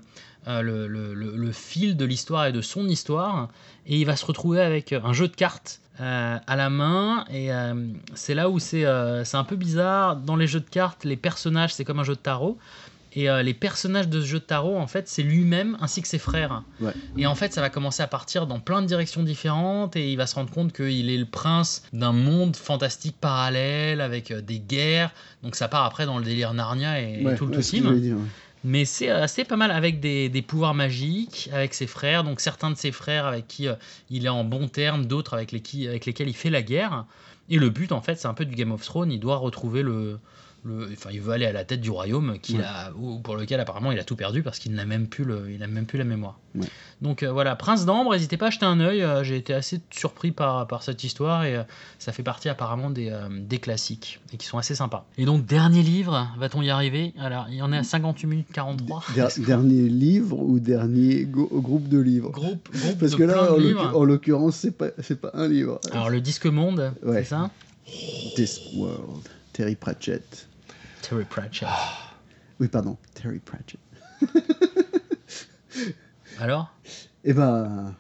D: euh, le, le- le- le fil de l'histoire et de son histoire et il va se retrouver avec euh, un jeu de cartes euh, à la main et euh, c'est là où c'est euh, c'est un peu bizarre dans les jeux de cartes les personnages c'est comme un jeu de tarot et euh, les personnages de ce jeu de tarot en fait c'est lui-même ainsi que ses frères
G: Ouais.
D: et en fait ça va commencer à partir dans plein de directions différentes et il va se rendre compte qu'il est le prince d'un monde fantastique parallèle avec euh, des guerres donc ça part après dans le délire Narnia et, et
G: Ouais,
D: tout le
G: ouais, c'est ce que
D: toutime.
G: j'allais dire, ouais.
D: Mais c'est assez pas mal avec des, des pouvoirs magiques, avec ses frères, donc certains de ses frères avec qui euh, il est en bon terme, d'autres avec, les qui- avec lesquels il fait la guerre. Et le but, en fait, c'est un peu du Game of Thrones, il doit retrouver le... le enfin, il veut aller à la tête du royaume qu'il
G: Ouais.
D: a, ou pour lequel apparemment il a tout perdu parce qu'il n'a même, plus le- il a même plus la mémoire.
G: Ouais.
D: Donc euh, voilà, Prince d'Ambre, n'hésitez pas à jeter un œil, euh, j'ai été assez surpris par, par cette histoire et euh, ça fait partie apparemment des, euh, des classiques et qui sont assez sympas. Et donc, dernier livre, va-t-on y arriver Alors, il y en est à 58 minutes 43.
G: Der- dernier livre ou dernier go- groupe de livres
D: *laughs* Groupe, groupe
G: Parce
D: de
G: que là,
D: plein
G: en
D: de
G: l'occu-
D: livres.
G: en l'occurrence, c'est pas, c'est pas un livre.
D: Alors, le disque monde,
G: Ouais.
D: c'est ça
G: This World, Terry Pratchett.
D: Terry Pratchett.
G: Oui, pardon, Terry Pratchett.
D: Alors
G: Eh ben,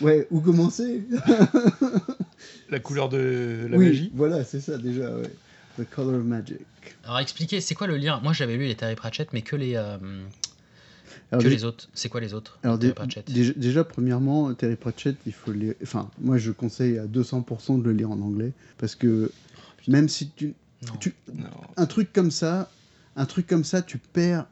G: ouais, où commencer
F: La couleur de la
G: Oui,
F: magie.
G: voilà, c'est ça déjà. ouais. The Color of Magic.
D: Alors, expliquez, c'est quoi le lien Moi, j'avais lu les Terry Pratchett, mais que les, euh,
G: Alors,
D: que
G: dé-
D: les autres. C'est quoi les autres
G: alors,
D: les Terry
G: dé-
D: Pratchett
G: déjà, déjà, premièrement, Terry Pratchett, il faut lire. Enfin, moi, je conseille à 200% de le lire en anglais parce que même si tu,
D: Non.
G: tu
F: Non.
G: un truc comme ça, un truc comme ça, tu perds,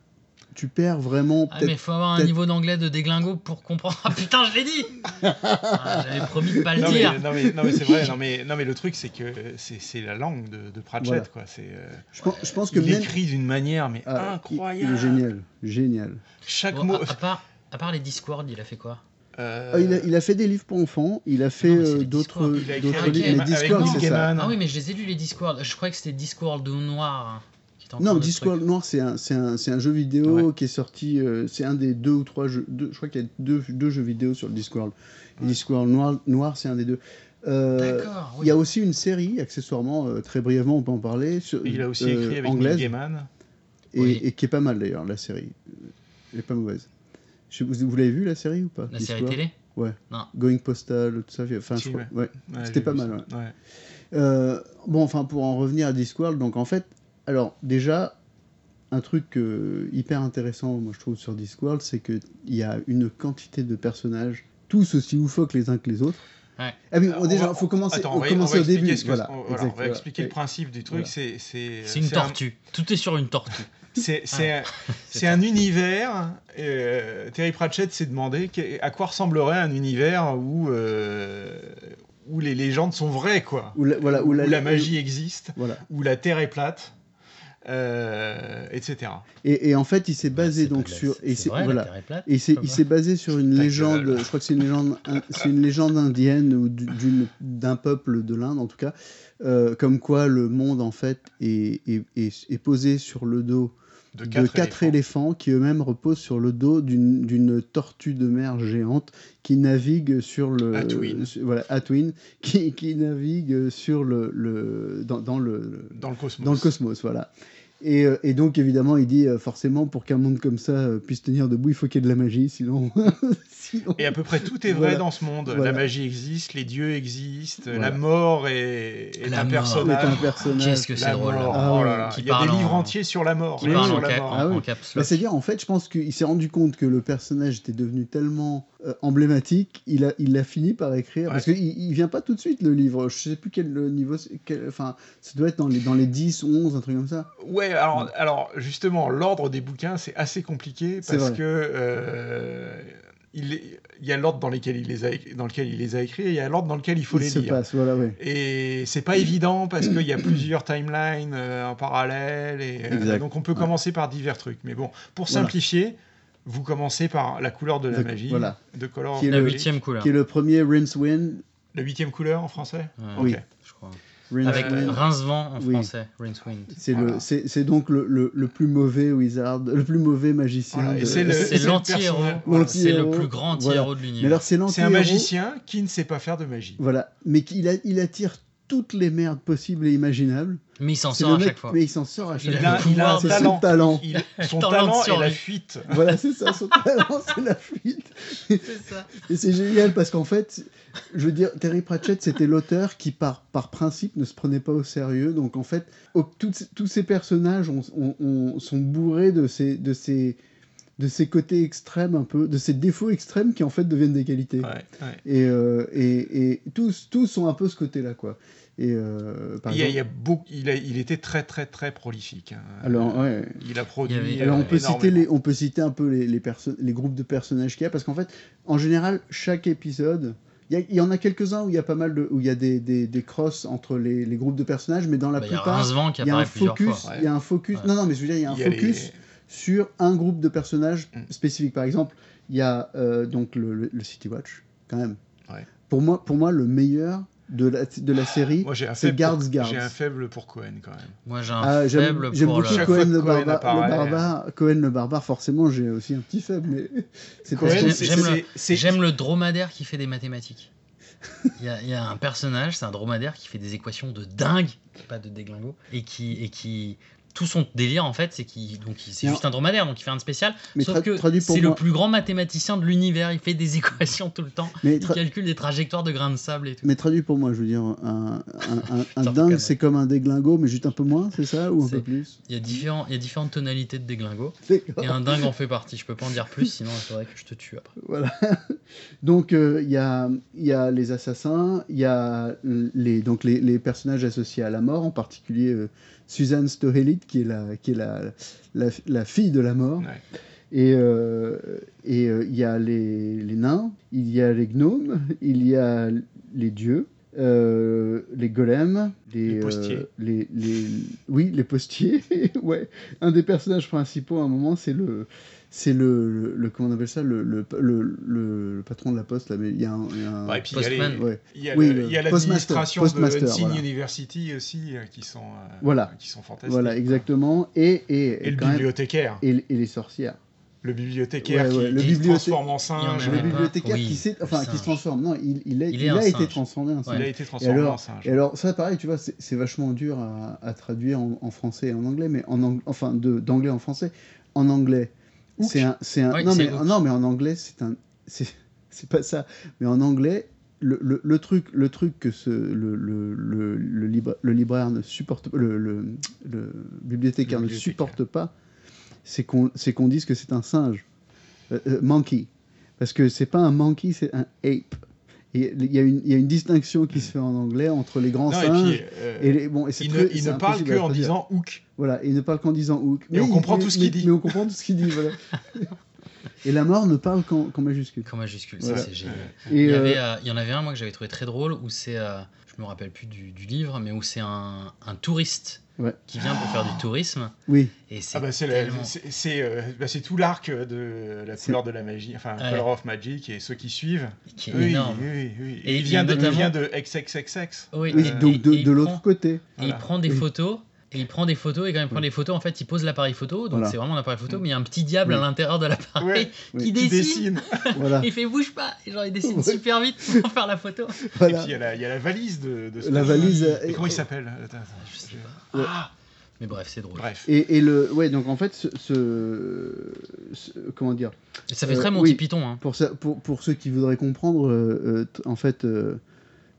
G: tu perds vraiment.
D: Ah, mais faut avoir un niveau d'anglais de déglingo pour comprendre. Ah putain, je l'ai *laughs* dit Ah, J'avais promis de pas le
F: non, mais,
D: dire.
F: non, mais, non, mais c'est
G: *laughs*
F: vrai, non mais, non mais le truc c'est que c'est c'est la langue de, de Pratchett
G: Voilà.
F: quoi. C'est, euh,
G: Je, pense, je pense que
F: il
G: même.
F: écrit d'une manière mais
G: Ah, il-
F: incroyable.
G: Il est génial, génial.
F: Chaque
D: Bon,
F: mot.
D: à, à part, à part les Discord, il a fait quoi
F: *laughs* euh,
G: Ah, il, a, il a fait des livres pour enfants, il a fait
D: Non, mais c'est
G: euh,
D: les
G: d'autres
D: Discord.
F: il a écrit
G: d'autres
F: avec
D: livres,
G: livres, mais
F: Gaiman- avec
G: Discord,
F: Neil
G: c'est ça.
F: Gaiman.
D: Ah oui, mais je les ai lus, les Discord. Je croyais que c'était Discord ou Noir. hein, qui était encore
G: Non,
D: notre
G: Discworld
D: truc.
G: Noir, c'est un, c'est un, c'est un jeu vidéo
F: Ouais.
G: qui est sorti. euh, c'est un des deux ou trois jeux. deux- je crois qu'il y a deux, deux jeux vidéo sur le Discworld. Et
F: Ouais.
G: Discworld Noir, Noir c'est un des deux. Euh,
D: D'accord,
G: il
D: oui.
G: y a aussi une série, accessoirement, euh, très brièvement, on peut en parler. sur-
F: Il a aussi
G: euh,
F: écrit avec Neil
G: anglaise,
F: Gaiman.
G: et,
D: Oui.
G: et qui est pas mal d'ailleurs, la série. Euh, Elle est pas mauvaise. Je- vous vous l'avez vu la série ou pas
D: La série
G: Discworld
D: télé
G: Going Postal, tout ça. Enfin, je
F: Si,
G: crois-
F: ouais.
G: ouais.
F: Ouais, j'ai
G: C'était pas
F: vu
G: mal,
F: ça. Ouais.
G: Euh, bon, enfin, pour en revenir à Discworld, donc en fait, alors déjà, un truc euh, hyper intéressant, moi je trouve, sur Discworld, c'est qu'il y a une quantité de personnages, tous aussi loufoques les uns que les autres.
D: Ouais.
G: Ah oui,
F: Alors,
G: bon, déjà,
F: Euh, on va-
G: faut commencer,
F: Attends,
G: faut
F: on va- on
G: commencer
F: va
G: au début.
F: expliquer ce que-
G: voilà,
F: on- voilà,
G: exact,
F: on va
G: voilà.
F: expliquer le principe du truc.
G: Voilà.
F: C'est c'est
D: C'est une
F: un-
D: tortue. Tout est sur une tortue. Ah.
F: C'est c'est
D: *laughs*
F: un- c'est un univers. euh, Terry Pratchett s'est demandé que- à quoi ressemblerait un univers où euh, où les légendes sont vraies quoi.
G: Où la, voilà, où
F: où
G: la-
F: la magie existe,
G: Voilà.
F: où la terre est plate, euh, etc.
G: Et, et en fait, il s'est *laughs* basé
D: C'est pas
G: donc
D: de la-
G: sur. et
D: C'est
G: c'est-
D: vrai,
G: voilà.
D: la Terre est plate.
G: Et c'est-
D: Pas
G: il
D: mal.
G: s'est basé sur une
F: Ta
G: légende,
F: gueule.
G: je crois que c'est une légende, in- c'est une légende indienne ou d- d'une- d'un peuple de l'Inde en tout cas, euh, comme quoi le monde en fait est, est- est- est posé sur le dos
F: De
G: de
F: quatre,
G: quatre, éléphants. qui eux-mêmes reposent sur le dos d'une d'une tortue de mer géante qui navigue sur le
F: Atwin.
G: sur- voilà Atwin qui, qui navigue sur le, le dans, dans le
F: dans le cosmos.
G: dans le cosmos, voilà. Et, euh, et donc, évidemment, il dit euh, forcément, pour qu'un monde comme ça euh, puisse tenir debout, il faut qu'il y ait de la magie, sinon. *laughs* sinon-
F: Et à peu près tout est vrai
G: Voilà.
F: dans ce monde.
G: Voilà.
F: La magie existe, les dieux existent,
G: Voilà.
F: la mort est, est
D: La
F: un
D: mort.
G: on est
F: personnage.
G: un personnage.
D: Qu'est-ce que c'est
F: La
D: drôle.
F: mort.
G: Ah
F: oh
G: ouais.
F: là là.
D: Qui
F: Il y a des
D: parle en-
F: livres entiers sur la mort.
D: Qui
F: rien que
D: parle
F: sur
D: en,
F: la
D: ca-
F: mort.
G: Ah
D: en
G: oui.
D: caps
G: Bah,
D: lock.
G: C'est-à-dire, en fait, je pense qu'il s'est rendu compte que le personnage était devenu tellement euh, emblématique, il a, il a fini par écrire.
F: Ouais.
G: Parce qu'il il vient pas tout de suite, le livre. Je sais plus quel euh, niveau. c'est- quel- Enfin, ça doit être dans les, dans les 10, 11, un truc comme ça.
F: Ouais,
G: Mm.
F: alors, alors justement, l'ordre des bouquins, c'est assez compliqué
G: C'est
F: parce
G: vrai.
F: que euh, il, est- il y a l'ordre dans, lesquels il les a éc- dans lequel il les a écrits et il y a l'ordre dans lequel il faut
G: il
F: les
G: se
F: lire.
G: passe, voilà, ouais.
F: Et c'est pas évident parce qu'il y a plusieurs timelines euh, en parallèle. Et, euh,
G: Exact.
F: donc on peut
G: Ouais.
F: commencer par divers trucs. Mais bon, pour
G: Voilà.
F: simplifier, vous commencez par la couleur de la
G: Donc,
F: magie.
G: voilà.
F: De color
G: Qui est
D: La
G: le-
D: huitième couleur.
G: Qui est le premier Rince Wind.
F: La huitième couleur en français
D: Ouais,
G: Oui.
F: Ok.
D: je crois.
G: Rince
D: Avec
F: Euh,
G: Wind.
D: Rincevent en
G: Oui.
D: français. Rincewind.
G: C'est
F: Voilà.
G: le, c'est, c'est donc le, le, le plus mauvais wizard, le plus mauvais magicien.
F: Voilà, et
G: de-
F: c'est le-
D: C'est
F: le
D: l'anti-héros.
F: personnage-
G: voilà.
D: C'est le
G: L'anti-héros,
D: plus grand
G: voilà.
D: anti-héros de
G: Mais
D: l'univers.
G: alors c'est
F: C'est un
G: l'anti-héros.
F: magicien qui ne sait pas faire de magie.
G: Voilà, mais qu'il a- il attire toutes les merdes possibles et imaginables.
D: Mais il s'en
G: C'est
D: sort
G: le
D: à
G: mec-
D: chaque fois.
G: Mais il s'en sort à chaque
D: a-
F: Il
G: fois.
F: a, il a un
D: C'est
G: son
F: talent.
G: talent.
F: Il- son
D: Talent de
F: talent est la
D: survie.
F: fuite.
G: Voilà, c'est ça, son talent, *laughs* c'est la fuite.
D: Bah,
G: Et c'est génial parce qu'en fait, je veux dire, Terry Pratchett, c'était l'auteur qui, par, par principe, ne se prenait pas au sérieux. Donc en fait, au- toutes ces- tous ces personnages ont- ont- ont- sont bourrés de ces, de, ces, de ces côtés extrêmes, un peu, de ces défauts extrêmes qui en fait deviennent des qualités.
F: Ouais, ouais.
G: Et, euh, et, et tous, tous ont un peu ce côté-là, quoi. Et euh, par
F: Il, y a- il y
G: exemple-
F: a beaucoup- il a- il était très très très prolifique. hein.
G: Alors, ouais.
F: il a produit.
D: Il y avait-
F: euh,
G: Alors on peut, citer
F: énormément.
G: les, on peut citer un peu les, les, perso- les groupes de personnages qu'il y a, parce qu'en fait, en général, chaque épisode, il y, a- il y en a quelques-uns où il y a pas mal de, où il y a des, des, des crosses entre les, les groupes de personnages, mais dans la
D: Bah, Il y a
G: plupart,
D: Rincevent qui
G: il y a un
D: apparaît plusieurs
G: focus,
D: fois.
G: il y a un focus,
D: Ouais.
G: non non, mais je veux dire, il y a un
F: Il y a les-
G: focus sur un groupe de personnages
F: Mm.
G: spécifiques. Par exemple, il y a euh, donc le, le- le City Watch, quand même.
F: Ouais.
G: Pour moi, pour moi, le meilleur de la, de la série.
F: Moi, j'ai un,
G: c'est
F: faible pour-
G: Guards, Guards.
F: j'ai un faible pour Cohen quand même.
D: Moi j'ai un
G: Ah, j'aime
D: faible
G: j'aime
D: pour
G: beaucoup
D: le.
F: Chaque
G: Cohen,
F: fois
G: le,
F: que Cohen
G: barba-
F: apparaît.
G: le barbare. Cohen le barbare, forcément, j'ai aussi un petit faible, mais *laughs* c'est parce
F: Cohen,
G: que
F: c'est-
G: c'est-
D: j'aime
F: c'est-
D: le-
F: c'est-
D: J'aime le dromadaire qui fait des mathématiques. Il y, a, il y a un personnage, c'est un dromadaire qui fait des équations de dingue, pas de déglingo, et qui, et qui tout son délire en fait, c'est qu'il donc il- c'est
G: Non.
D: juste un dromadaire, donc il fait un spécial.
G: Mais
D: sauf
G: tra-
D: que
G: traduit pour
D: c'est le
G: moi.
D: plus grand mathématicien de l'univers. Il fait des *laughs* équations tout le temps.
G: mais,
D: Il
G: tra-
D: calcule des trajectoires de grains de sable et tout.
G: mais traduit pour moi, je veux dire, un, un, un- un
D: Putain,
G: dingue,
D: calme.
G: c'est comme un déglingo, mais juste un peu moins, c'est ça Ou un
D: C'est-
G: peu plus
D: Il y a différents, il y a différentes tonalités de déglingo.
G: D'accord.
D: Et un dingue en fait partie. Je peux pas en dire plus, sinon il faudrait que je te tue après.
G: Voilà. Donc, euh, il y, a, il y a les assassins, il y a les, donc les, les personnages associés à la mort, en particulier euh, Suzanne Stohelit, qui est la, qui est la, la, la fille de la mort. Ouais. Et il euh, et, euh, y a les, les, nains, il y a les gnomes, il y a les dieux, euh, les golems, les, euh,
F: les postiers.
G: Les, les, oui, les postiers. *laughs* ouais. Un des personnages principaux à un moment, c'est le. C'est le, le, le, comment on appelle ça le, le, le, patron de la poste là mais il y a un, il y a un...
F: Ouais,
G: postman
F: ouais. il y a oui, l'administration de Hudson voilà. University aussi euh, qui sont
G: voilà
F: qui sont fantastiques
G: voilà exactement et et,
F: et, et le bibliothécaire
G: même, et, et les sorcières
F: le bibliothécaire ouais, ouais, qui, le qui bibliothé... se transforme en singe.
G: En le bibliothécaire Ah, oui, qui, sait... enfin, qui se transforme. Non, il, il, a, il, il a été transformé en singe.
F: Il a été transformé
G: et alors,
F: en singe.
G: Et alors, ça, pareil, tu vois, c'est vachement dur à, à traduire en, en, français et en anglais, mais en ang... enfin, d'anglais en français. En anglais, c'est un. un... Oui, non, mais, ouf. non, mais en anglais, c'est *laughs* un. C'est pas ça. Mais en anglais, le, le, le, truc, le truc que ce, le, le, libra... le, libraire ne supporte le, bibliothécaire ne supporte pas, c'est qu'on qu dise que c'est un singe. Euh, euh, monkey. Parce que c'est pas un monkey, c'est un ape. Il y, y, a une distinction qui se fait en anglais entre les grands non, singes et, puis, euh, et les, bon, et
F: il, très, ne, il ne parle que en disant hook.
G: Voilà, il ne parle qu'en disant hook.
F: Mais, mais on comprend
G: mais,
F: tout ce qu'il dit.
G: Mais on comprend tout ce qu'il dit,
F: *laughs*
G: voilà. Et la mort ne parle qu'en qu majuscule. euh,
D: Qu'en majuscule, ça voilà. c'est génial. Et euh, il, y avait, il, y en avait un, moi, que j'avais trouvé très drôle, où c'est, euh, je me rappelle plus du, du livre, mais où c'est un, un touriste Ouais. qui vient pour faire du tourisme.
G: Oui.
D: Et
F: c'est ah bah tellement... euh, bah tout l'arc de la couleur de la magie, enfin ouais. Color of Magic et ceux qui suivent.
D: Et qui est oui, énorme.
F: Oui, oui, et il, il vient, de, notamment... il vient de XXXX.
G: Oui, et, donc de, de l'autre côté. Et
D: voilà. il prend des photos et il prend des photos et quand il prend des photos en fait il pose l'appareil photo donc voilà. c'est vraiment un appareil photo mais il y a un petit diable oui. à l'intérieur de l'appareil oui. qui, qui, dessine, dessine. voilà. il fait bouge pas et genre il dessine ouais. super vite pour *laughs* faire la photo
F: voilà. et puis euh, il y, a la, il y, a la valise de, de ce
G: la valise euh,
F: et, comment il s'appelle
D: je sais pas ouais. ah mais bref, c'est drôle. Bref.
G: Et, et, le, ouais, donc en fait, ce, ce, ce comment dire
D: et Ça fait très euh, Monty oui, Python. Hein.
G: Pour, ça, pour, pour, ceux qui voudraient comprendre, euh, en fait, euh,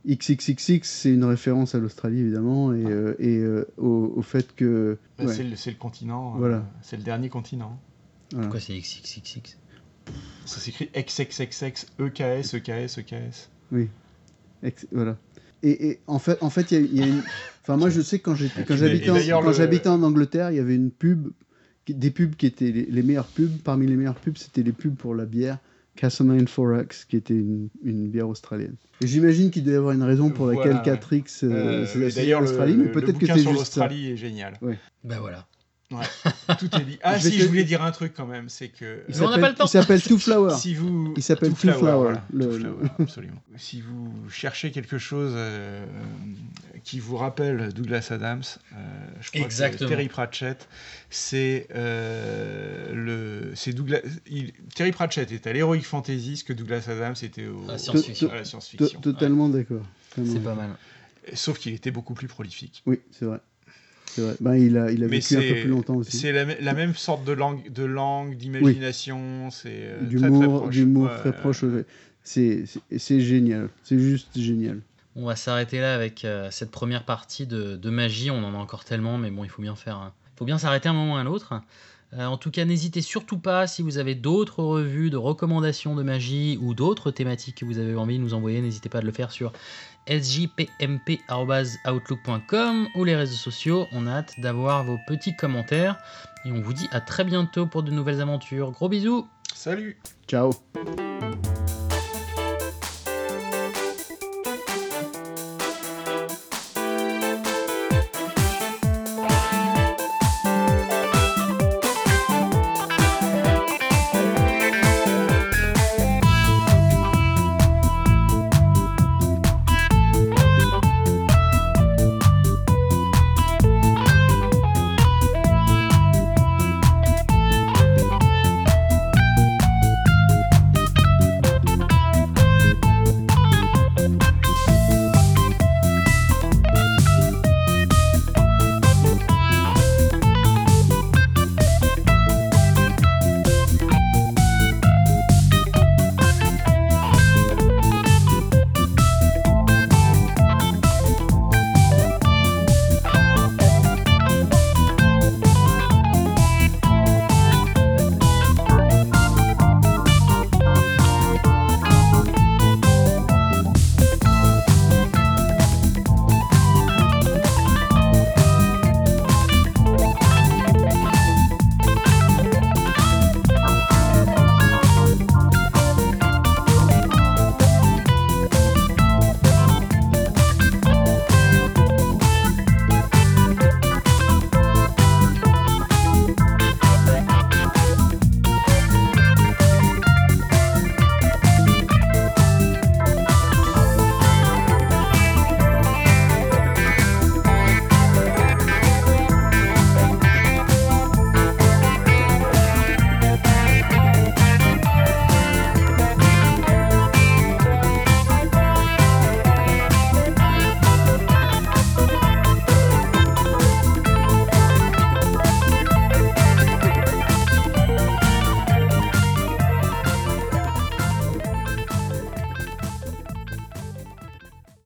G: XXXX, c'est une référence à l'Australie évidemment et, ah. euh, et euh, au, au, fait que.
F: Bah, ouais. C'est le, le, continent,
G: voilà. Euh,
F: c'est le dernier continent.
D: Voilà. Pourquoi c'est XXXX
F: Ça s'écrit XXXX, EKS, EKS, EKS.
G: Oui, Ex voilà. Et, et, en fait, en fait, il y, y, a une. Enfin, moi, je sais que quand j'habitais, en, quand j'habitais le... en Angleterre, il y avait une pub, des pubs qui étaient les, les meilleures pubs. Parmi les meilleures pubs, c'était les pubs pour la bière. Castlemaine Forex, qui était une, une bière australienne. J'imagine qu'il doit y avoir une raison pour laquelle
F: voilà,
G: 4X c'est euh,
F: euh, d'ailleurs
G: l'Australie, mais peut-être que c'est juste.
F: l'Australie est génial.
D: *laughs*
G: Ouais.
D: Ben voilà.
F: Ouais, tout est dit. Ah je si, te... je voulais dire un truc quand même, c'est que
D: il on n'a pas le temps.
G: Il
D: *laughs*
G: s'appelle Two Flower.
F: Si vous,
G: il s'appelle Two, Flower. Flower, voilà.
F: le... Two Flower absolument. si vous cherchez quelque chose euh, qui vous rappelle Douglas Adams, euh, je crois
D: Exactement.
F: que Terry Pratchett, c'est euh, le, c'est Douglas. Il... Terry Pratchett est à l'heroic fantasy, ce que Douglas Adams était au...
D: à, science
F: à la science-fiction.
G: Totalement ouais. d'accord.
D: C'est pas mal.
F: Sauf qu'il était beaucoup plus prolifique.
G: Oui, c'est vrai. Vrai. Ben, il a, il a vécu un peu plus longtemps aussi.
F: C'est la, la, même sorte de langue, de langue, d'imagination, oui. c'est euh,
G: d'humour, d'humour très proche. Ouais, ouais. C'est génial, c'est juste génial.
D: On va s'arrêter là avec euh, cette première partie de, de, magie. On en a encore tellement, mais bon, il faut bien faire. Il hein. faut bien s'arrêter un moment à l'autre. Euh, en tout cas, n'hésitez surtout pas si vous avez d'autres revues de recommandations de magie ou d'autres thématiques que vous avez envie de nous envoyer, n'hésitez pas à le faire sur sjpmp.outlook.com ou les réseaux sociaux. On a hâte d'avoir vos petits commentaires et on vous dit à très bientôt pour de nouvelles aventures. Gros bisous.
F: Salut.
G: Ciao.